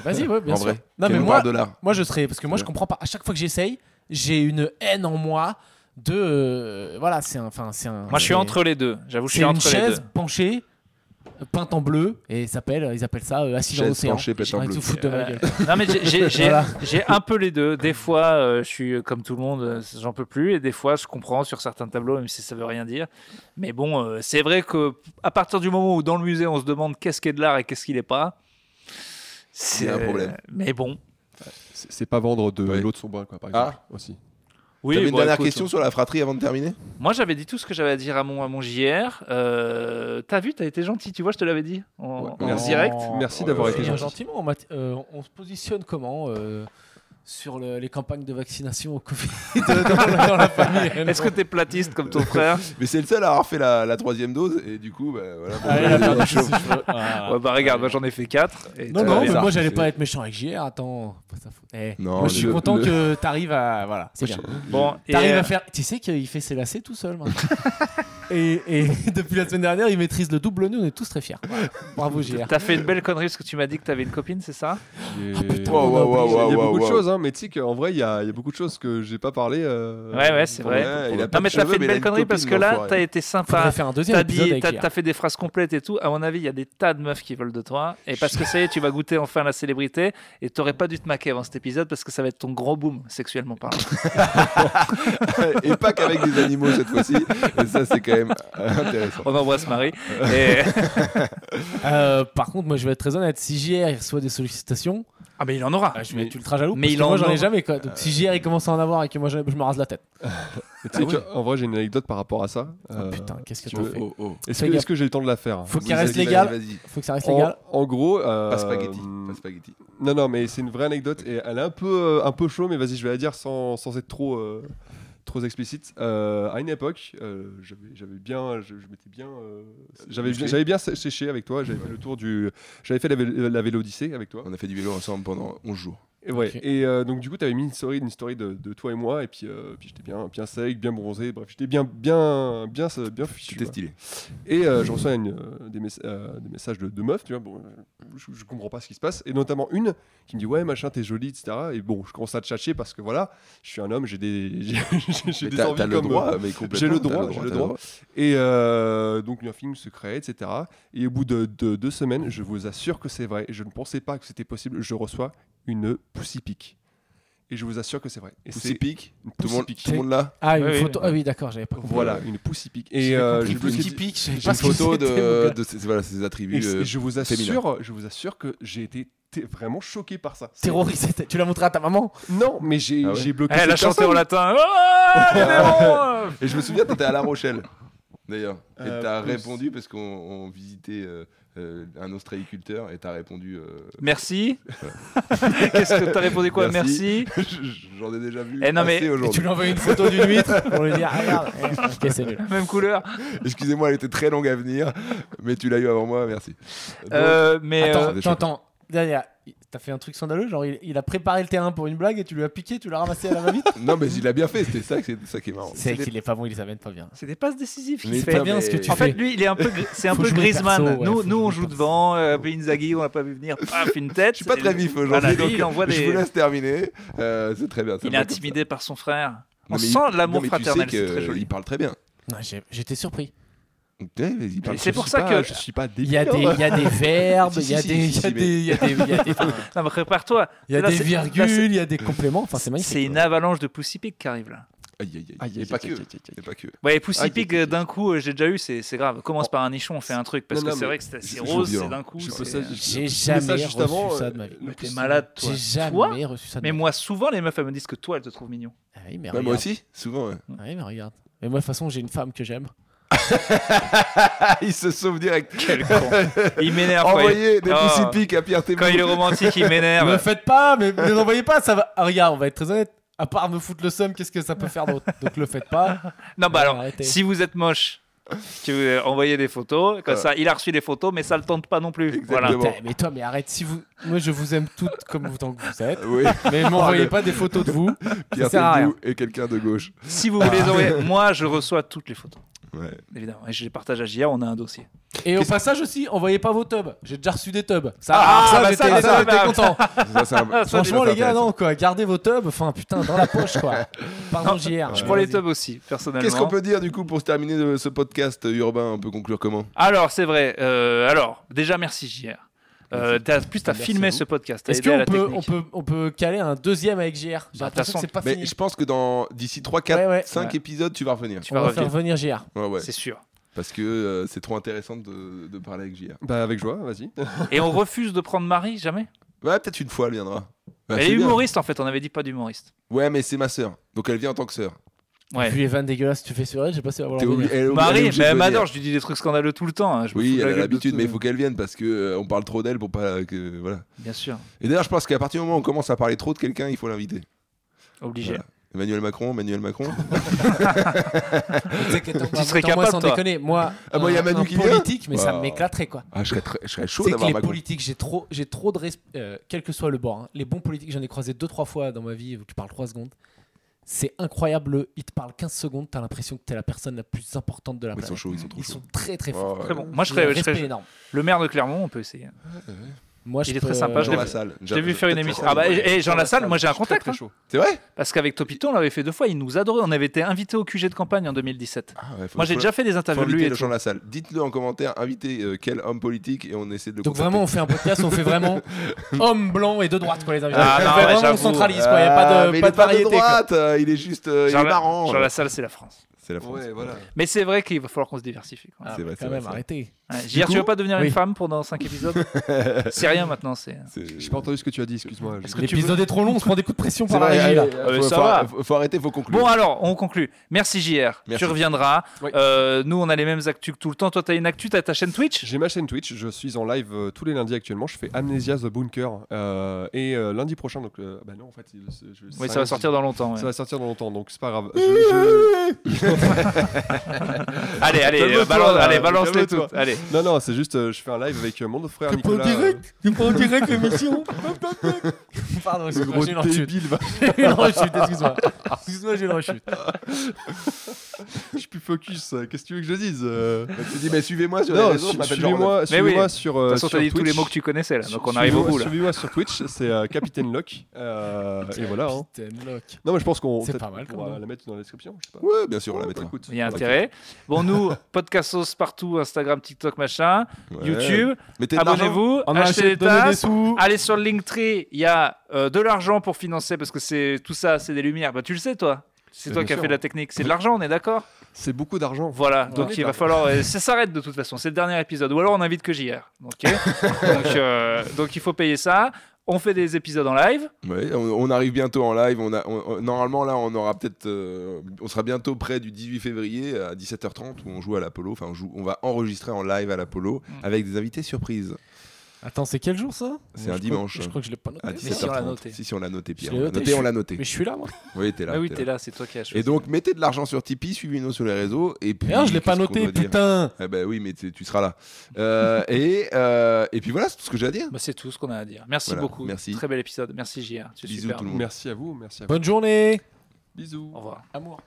vas-y ouais bien
en
sûr
vrai.
non mais
Qu'elle nous
moi
parle de l'art.
moi je serais parce que moi je comprends pas à chaque fois que j'essaye j'ai une haine en moi de euh, voilà c'est un enfin c'est un
Moi, je suis
c'est-
entre les deux. J'avoue, je
C'est
suis
une
entre les
chaise
deux.
penchée, peinte en bleu, et ils appellent, ils appellent ça euh, assis dans
Chaise
l'océan.
penchée, peinte en
Arrête de
bleu.
vous foutre de ma
Euh,
gueule.
Non, mais j'ai- j'ai- j'ai
Voilà.
j'ai un peu les deux. Des fois, euh, je suis euh, comme tout le monde, euh, j'en peux plus. Et des fois, je comprends sur certains tableaux, même si ça veut rien dire. Mais bon, euh, c'est vrai que à partir du moment où dans le musée, on se demande qu'est-ce qui est de l'art et qu'est-ce qui n'est pas,
Il
c'est
y a un problème.
Mais bon.
C'est c'est pas vendre de
Ouais.
l'eau de son bain, quoi, par
Ah.
exemple. aussi.
Oui,
T'avais une
bon,
dernière
écoute,
question sur la fratrie avant de terminer
Moi, j'avais dit tout ce que j'avais à dire à mon, à mon JR. Euh, T'as vu, t'as été gentil, tu vois, je te l'avais dit en,
Ouais.
en
Merci.
direct.
Merci
Oh,
d'avoir
ouais,
été
ouais.
Bien
gentil.
gentiment, on, mat- euh, on se positionne comment euh, sur le- les campagnes de vaccination au Covid dans la, dans la famille euh,
Est-ce que t'es platiste comme ton frère
Mais c'est le seul à avoir fait la, la troisième dose et du coup, bah, voilà. pour-
Allez, la perte de ses cheveux. Ah.
Ouais, Bah regarde, moi j'en ai fait 4.
Non, non, mais
bizarre.
moi j'allais
C'est-
pas être méchant avec JR, attends. Faut pas ça foutre. Eh,
Non,
moi je suis
le-
content
le-
que t'arrives à. Voilà, c'est bien.
Bon, et,
T'arrives
euh,
à faire. Tu sais qu'il fait ses lacets tout seul maintenant. et, et depuis la semaine dernière, il maîtrise le double nœud. On est tous très fiers. Voilà. Bravo JR.
T'as fait une belle connerie parce que tu m'as dit que t'avais une copine, c'est ça
J'ai-
Ah, Waouh, waouh, waouh,
Il y a
waouh,
beaucoup de
waouh.
choses, hein, mais tu sais qu'en vrai, il y, a il y a beaucoup de choses que j'ai pas parlé. euh,
Ouais, ouais, c'est vrai.
Ouais, il a pas
Non,
de
mais t'as
cheveux,
fait une
mais il a
belle connerie
copine,
parce que là,
l'enfoiré.
t'as été
Faudrait
sympa.
faire un deuxième
T'as
épisode
dit-
avec
t'as-
JR.
t'as fait des phrases complètes et tout. À mon avis, il y a des tas de meufs qui veulent de toi. Et parce que ça y est, tu vas goûter enfin la célébrité. Et t'aurais pas dû te maquer avant cet épisode parce que ça va être ton gros boom, sexuellement parlant.
et pas qu'avec des animaux cette fois-ci. Et ça, c'est quand même euh, intéressant.
On embrasse Marie. Et-
Euh, par contre, moi je vais être très honnête. Si JR il reçoit des sollicitations,
Ah, mais il en aura.
bah, je vais être ultra jaloux.
mais
parce
il
que
en
moi j'en
aura.
ai jamais. Quoi. Donc si JR il commence à en avoir et que moi je, je me rase la tête.
mais
Ah
tu sais que, En vrai, j'ai une anecdote par rapport à ça.
Ah,
Euh,
putain, qu'est-ce que
tu
t'as
veux-
fait
Oh, oh.
Est-ce
Fais
que,
gaffe.
est-ce que j'ai le temps de la faire
Faut
Oui,
qu'il reste
vas-y,
légal.
vas-y, vas-y.
Faut que ça reste
en,
légal.
en gros, euh,
Pas spaghetti. Pas spaghetti.
Non, non, mais c'est une vraie anecdote et elle est un peu, euh, un peu chaud, mais vas-y, je vais la dire sans, sans être trop, euh, trop explicite. Euh, à une époque, euh, j'avais j'avais bien, je, je m'étais bien, euh, j'avais bien- j'avais bien sé- séché avec toi. J'avais fait le tour du, j'avais fait la, vé- la vélodyssée avec toi.
On a fait du vélo ensemble pendant 11 jours.
Et, ouais.
Ok.
et euh, donc du coup, tu avais mis une story, une story de, de toi et moi, et puis, euh, puis j'étais bien, bien sec, bien bronzé, bref, j'étais bien, bien, bien, bien, fichu.
C'était
quoi.
stylé.
Et euh, je reçois une, euh, des, mess- euh, des messages de, de meufs, tu vois, bon, je, je comprends pas ce qui se passe. Et notamment une qui me dit Ouais, machin, t'es jolie, etc. Et bon, je commence à te chercher parce que voilà, je suis un homme, j'ai des, j'ai- j'ai- j'ai
Mais
des
t'as-
envies
t'as le
comme. euh,
droit, mais complètement.
j'ai le
t'as
droit, j'ai le
t'as
droit. Et euh, donc, un film se crée, etc. Et au bout de, de deux semaines, je vous assure que c'est vrai, et je ne pensais pas que c'était possible, je reçois une poussy pique. Et je vous assure que c'est vrai. Et
Poussy
c'est
pique,
une
tout le monde-
poussy pique.
tout le monde là.
Ah, une
Oui, oui.
photo. Ah oui, d'accord, j'avais pas compris.
Voilà, une poussy pique.
J'avais
Et euh,
compris
j'ai
le
bloqué-
petit pic, je savais
J'ai
pas
une
ce que
photo
c'était, mon
de,
gars.
de ses, voilà, ses
Et
attributs.
c-
euh,
et je vous
féminin.
assure, je vous assure que j'ai été t- vraiment choqué par ça. C'est-
Terrorisé, t'as- tu l'as montré à ta maman
Non, mais j'ai
Ah ouais
j'ai
Eh,
bloqué.
Elle
cette
a chanté Eh, en
personne.
latin. Ah, les démons
Et je me souviens, t'étais à La Rochelle, d'ailleurs. Et
Euh,
t'as
plus.
répondu, parce qu'on on visitait euh, euh, un ostréiculteur, et t'as répondu. euh,
Merci. Qu'est-ce que t'as répondu quoi
Merci.
Merci.
J'en ai déjà vu
Eh non, mais-
assez
Et tu
aujourd'hui.
lui envoies une photo d'une huître pour lui dire ah, regarde, eh, ok, c'est nul.
Même couleur.
Excusez-moi, elle était très longue à venir, mais tu l'as eu avant moi, merci. Donc,
Euh, mais
attends,
euh,
des
attends, attends. Dernière, il- t'as fait un truc scandaleux, genre il, il a préparé le terrain pour une blague et tu lui as piqué, tu l'as ramassé à la va-vite.
Non, mais il l'a bien fait, c'était ça, que c'est- ça qui est marrant.
C'est
des-
qu'il est pas bon, il les amène pas bien.
c'est des passes décisives
Mais
qu'il
t'as-
fait.
Pas bien ce que tu
En fait,
fais.
lui, il est un peu, gr- c'est un
Faut
peu
jouer
Griezmann.
perso, ouais,
nous,
faut
nous, on
jouer
joue
perso.
devant. Euh, peu Inzaghi, on l'a pas vu venir. Paf, une tête.
Je suis pas très vif aujourd'hui,
Voilà,
donc
lui, il envoie
je
des.
vous laisse terminer. Euh, c'est très bien. ça
Il est
va comme ça.
intimidé par son frère. On
Non, mais il-
sent de
non,
l'amour
mais
fraternel.
Tu sais
c'est très
que
joli.
il parle très bien.
Non, j'ai- J'étais surpris.
Ok, vas-y, parle.
c'est
Je
pour
suis
ça
pas-
que-
je suis pas
Il y a
débile.
des, il y a des verbes,
Si,
il y a
si,
des,
si,
il y
si,
a des, il y a des, il y a des- enfin,
Non, mais prépare-toi.
il y a
Là,
des
c'est- là, c'est-
virgules, il y a des compléments. Enfin, c'est magnifique.
C'est une avalanche de Pussy Pig qui arrive là.
Aïe, aïe,
Aïe,
aïe. Et
aïe,
pas
aïe,
que.
aïe, aïe, aïe.
Et pas que.
Ouais, Pussy
Ah,
Pig,
ok, ok,
euh,
ok.
d'un coup, euh, j'ai déjà eu, c'est c'est grave.
Oh.
Commence par un nichon, on fait un truc. Parce
Non,
que
non,
c'est
mais
vrai que c'est assez
c'est
rose,
violent.
c'est d'un coup.
Je
c'est-
sais pas, je-
J'ai
je
jamais
message juste
reçu
avant,
ça
euh,
de ma vie.
le
Mais t'es
poussy-
malade, toi.
J'ai
Toi
jamais reçu ça de
Mais
ma vie.
moi, souvent, les meufs, elles me disent que toi, elles te trouvent mignon.
Ah oui, mais
Ouais, Bah, moi
regarde.
aussi, souvent. hein. ouais.
Ah oui, mais regarde. Mais moi, de toute façon, j'ai une femme que j'aime.
Ah, il se sauve direct.
Quel con. Il m'énerve. quoi.
Envoyez des
Ah.
poussy pics à Pierre Thébault.
Quand il est romantique, il
Ne le
m'énerve.
faites pas, mais ne l'envoyez pas, ça va. Ah, regarde, on va être très honnête. À part me foutre le seum, qu'est-ce que ça peut faire d'autre Donc le faites pas.
Non, bah
Ouais,
alors,
arrêtez.
si vous êtes moche, que vous euh, envoyez des photos, comme
Ah.
ça, il a reçu les photos, mais ça le tente pas non plus. Voilà.
Exactement. Bon.
Putain, Mais toi, mais arrête. Si vous, moi, je vous aime toutes comme vous tant que vous êtes.
Oui,
Mais m'envoyez
le-
pas des photos de vous.
Pierre
sert à
Thébault est quelqu'un de gauche.
Si vous voulez les envoyer, moi, je reçois toutes les photos,
Ah. Ouais.
évidemment. Et je les partage à JR, on a un dossier.
Et au
Qu'est-ce-
passage aussi, envoyez pas vos tubs. J'ai déjà reçu des tubs. Ça,
Ah,
alors ça,
bah
j'étais-
ça,
ça,
ça,
j'étais
bah,
content.
Ça, c'est un-
Ça,
Franchement,
c'est
les gars,
intéressant.
non, quoi. Gardez vos tubs. Enfin, putain, dans la poche, quoi. Pardon, JR.
Je prends les
Vas-y.
tubs aussi, personnellement.
Qu'est-ce qu'on peut dire hein, du coup pour se terminer de ce podcast euh, urbain On peut conclure comment
Alors, c'est vrai. euh, alors, déjà, merci JR. Euh,
Merci.
t'as- plus, tu as
Merci à
filmé
vous.
ce podcast. t'as
Est-ce
aidé à
qu'on
la
peut, on
technique.
peut, on peut caler un deuxième avec JR J'ai
Bah,
l'impression
t'as
que c'est pas
Mais
fini.
je pense que dans d'ici 3, 4,
Ouais, ouais.
5
Ouais.
épisodes, tu vas revenir.
Tu
On
vas
va faire
revenir,
venir JR.
Ouais, ouais.
c'est sûr.
Parce que euh, c'est trop intéressant de, de parler avec JR.
Bah, avec joie, vas-y.
Et on refuse de prendre Marie, jamais
Ouais, peut-être une fois, elle viendra. Bah,
Elle
c'est
est
bien.
humoriste, en fait. On avait dit pas d'humoriste.
Ouais, mais c'est ma sœur. Donc elle vient en tant que sœur.
Ouais.
Vu les vannes dégueulasses que tu fais sur elle, je sais pas si elle va
T'es
vouloir
obli-
venir.
elle est obli- elle est
Marie,
obligée
mais
de
elle
venir.
m'adore, je lui dis des trucs scandaleux tout le temps. hein, je me fous de la
Oui, elle a
gueule de
l'habitude,
tout-
mais il faut qu'elle vienne parce que euh, on parle trop d'elle pour pas que voilà.
Bien sûr,
Et d'ailleurs, je pense qu'à partir du moment où on commence à parler trop de quelqu'un, il faut l'inviter.
obligé.
Voilà. Emmanuel Macron, Emmanuel Macron.
Tu serais
Attends, moi,
capable,
sans
toi
déconner, moi,
Ah, moi, il y a
un-
Manu
un
qui vient
politique, mais ça
Wow.
m'éclaterait, quoi.
Ah, je serais, très- je serais chaud
C'est que
d'avoir
les
Macron.
politiques, j'ai trop, j'ai trop de respect, quel que soit le bord. hein. Les bons politiques, j'en ai croisé deux trois fois dans ma vie. Tu parles trois secondes. C'est incroyable. le- Ils te parlent 15 secondes. T'as l'impression que t'es la personne la plus importante de la
Ils sont
planète.
chauds, ils sont trop
Ils
chauds.
sont très très forts.
Ouais, ouais.
Très bon. Moi, je
J'ai
serais,
un
je
Mm. respect
serais-
énorme.
le maire de Clermont, on peut essayer.
Moi,
Il
je
est très
peux- euh,
sympa, je
Jean
l'ai-
Lassalle.
J'ai vu faire une émission.
Ah
Ah bah, et Jean
Jean
Lassalle,
Lassalle,
moi j'ai un
Très,
contact.
très
hein.
chaud.
C'est vrai
Parce qu'avec Topito, on l'avait fait deux fois, il nous adorait. On avait été invité au QG de campagne en 2017.
Ah ouais, faut-
Moi j'ai
faut-
déjà fait des
Faut
interviews de lui.
inviter
et
le
tout.
Jean Lassalle. Dites-le en commentaire, invitez euh, quel homme politique et on essaie de le
Donc
contacter.
vraiment, on fait un podcast, on fait vraiment homme blanc et de droite, quoi, les invités.
Ah, non,
on fait
ouais,
vraiment, on
j'avoue.
centralise, quoi. Il a pas
Ah,
de,
mais il
pas
est pas
de
de
variété. quoi.
droite, euh, il est juste euh, il
Jean
est
La-
marrant.
Jean Lassalle, c'est la France.
C'est la France.
Ouais, voilà.
Mais c'est vrai qu'il va falloir qu'on se diversifie. quand même.
Ah,
C'est
mais
vrai, c'est
quand
vrai,
même,
c'est vrai.
arrêtez.
Ouais, JR,
coup-
tu veux pas devenir
Oui.
une femme pendant 5 épisodes C'est rien maintenant, c'est.
C'est-
J'ai pas entendu ce que tu as dit, excuse-moi.
Est-ce
je-
que tu
L'épisode est trop long, on se prend des coups de pression
C'est
par la
vrai,
régie là.
allez,
Ah, mais
faut-
ça
faut-
va.
faut- Faut arrêter, faut conclure.
Bon, alors, on conclut. Merci JR. Tu
Merci.
reviendras.
Oui.
Euh, nous, on a les mêmes actus que tout le temps. Toi, t'as une actu, t'as ta chaîne Twitch
J'ai ma chaîne Twitch, je suis en live euh, tous les lundis actuellement, je fais Amnesia The Bunker euh, et euh, lundi prochain, donc euh, bah non en fait, il- c'est- je-
Oui,
c'est
ça va
un-
sortir dans longtemps. ouais.
Ça va sortir dans longtemps, donc c'est pas grave. Je- je-
Allez, allez,
Calme-toi,
euh, balance,
là,
allez, balance-les
calme-toi.
toutes. Allez.
Non, non, c'est juste, euh, je fais un live avec euh, mon autre frère
Tu prends en
Nicolas.
direct Tu prends en direct l'émission Pardon,
euh, le
excuse-moi,
gros
j'ai eu une rechute.
débile, va.
J'ai eu une rechute, excuse-moi. Excuse-moi, j'ai eu une rechute.
je suis plus focus. euh, Qu'est-ce que tu veux que je dise euh
Tu dis, mais suivez-moi sur les
Non,
réseaux,
su-
je m'appelle Jordan.
suivez-moi suivez-moi
oui.
sur.
De
euh,
toute façon,
sur
t'as dit tous les
Twitch.
mots que tu connaissais, là. Donc, on
Su-
arrive au
suivez-moi-
bout, là.
Suivez-moi sur Twitch, c'est euh, Capitaine Locke. euh, et voilà. hein.
Capitaine Locke.
Non, mais je pense qu'on
C'est
peut-être
pas mal,
qu'on
quand
va
même.
la mettre dans la description. Je sais pas.
Ouais, bien sûr, on la
Ouais,
mettra.
bah, écoute.
Il y a
Voilà.
intérêt. Bon, nous, Podcastos partout, Instagram, TikTok, machin,
Ouais.
YouTube.
Mettez de l'argent.
Abonnez-vous,
On a
achetez
acheté
des
des
tasses.
sous.
Allez sur le Linktree, il y a euh, de l'argent pour financer parce que c'est tout ça, c'est des lumières. Bah, tu le sais, toi. C'est
Bah,
toi
bien
qui as
sûr.
fait de la technique. C'est de l'argent, on est d'accord
C'est beaucoup d'argent.
Voilà,
Ouais.
donc il va falloir. euh, ça s'arrête de toute façon, c'est le dernier épisode. Ou alors on invite que JR. ok donc, euh, donc il faut payer ça. On fait des épisodes en live.
Ouais, on, on arrive bientôt en live. On a, on- on- normalement, là, on aura peut-être, euh, on sera bientôt près du 18 février à 17h30 où on joue à l'Apollo. Enfin, on, joue, on va enregistrer en live à l'Apollo
Mm.
avec des invités surprises.
Attends, c'est quel jour ça
C'est
Moi,
un
je
dimanche.
crois- Je crois que je l'ai pas
À
noté.
Mais si, on
17h30.
l'a noté.
Si, si, on l'a noté, Pierre.
Je l'ai
On l'a
noté,
noté,
je
on
suis-
l'a noté.
Mais je suis là, moi.
Oui, t'es là.
ah oui,
t'es
t'es
là.
là, c'est toi qui as choisi.
Et donc, mettez de l'argent sur Tipeee, suivez-nous sur les réseaux. Et puis,
Merde, je l'ai pas
qu'est-ce qu'on
noté,
doit dire
putain.
Eh ben oui, mais tu tu seras là. Euh, et, euh, et puis voilà, c'est tout ce que j'ai à dire.
Bah, c'est tout ce qu'on a à dire. Merci
Voilà,
beaucoup.
merci.
Très bel épisode. Merci JR. Tu es
Bisous
super.
tout le monde.
Merci à vous. Merci à vous.
Bonne journée.
Bisous.
Au revoir.
Amour.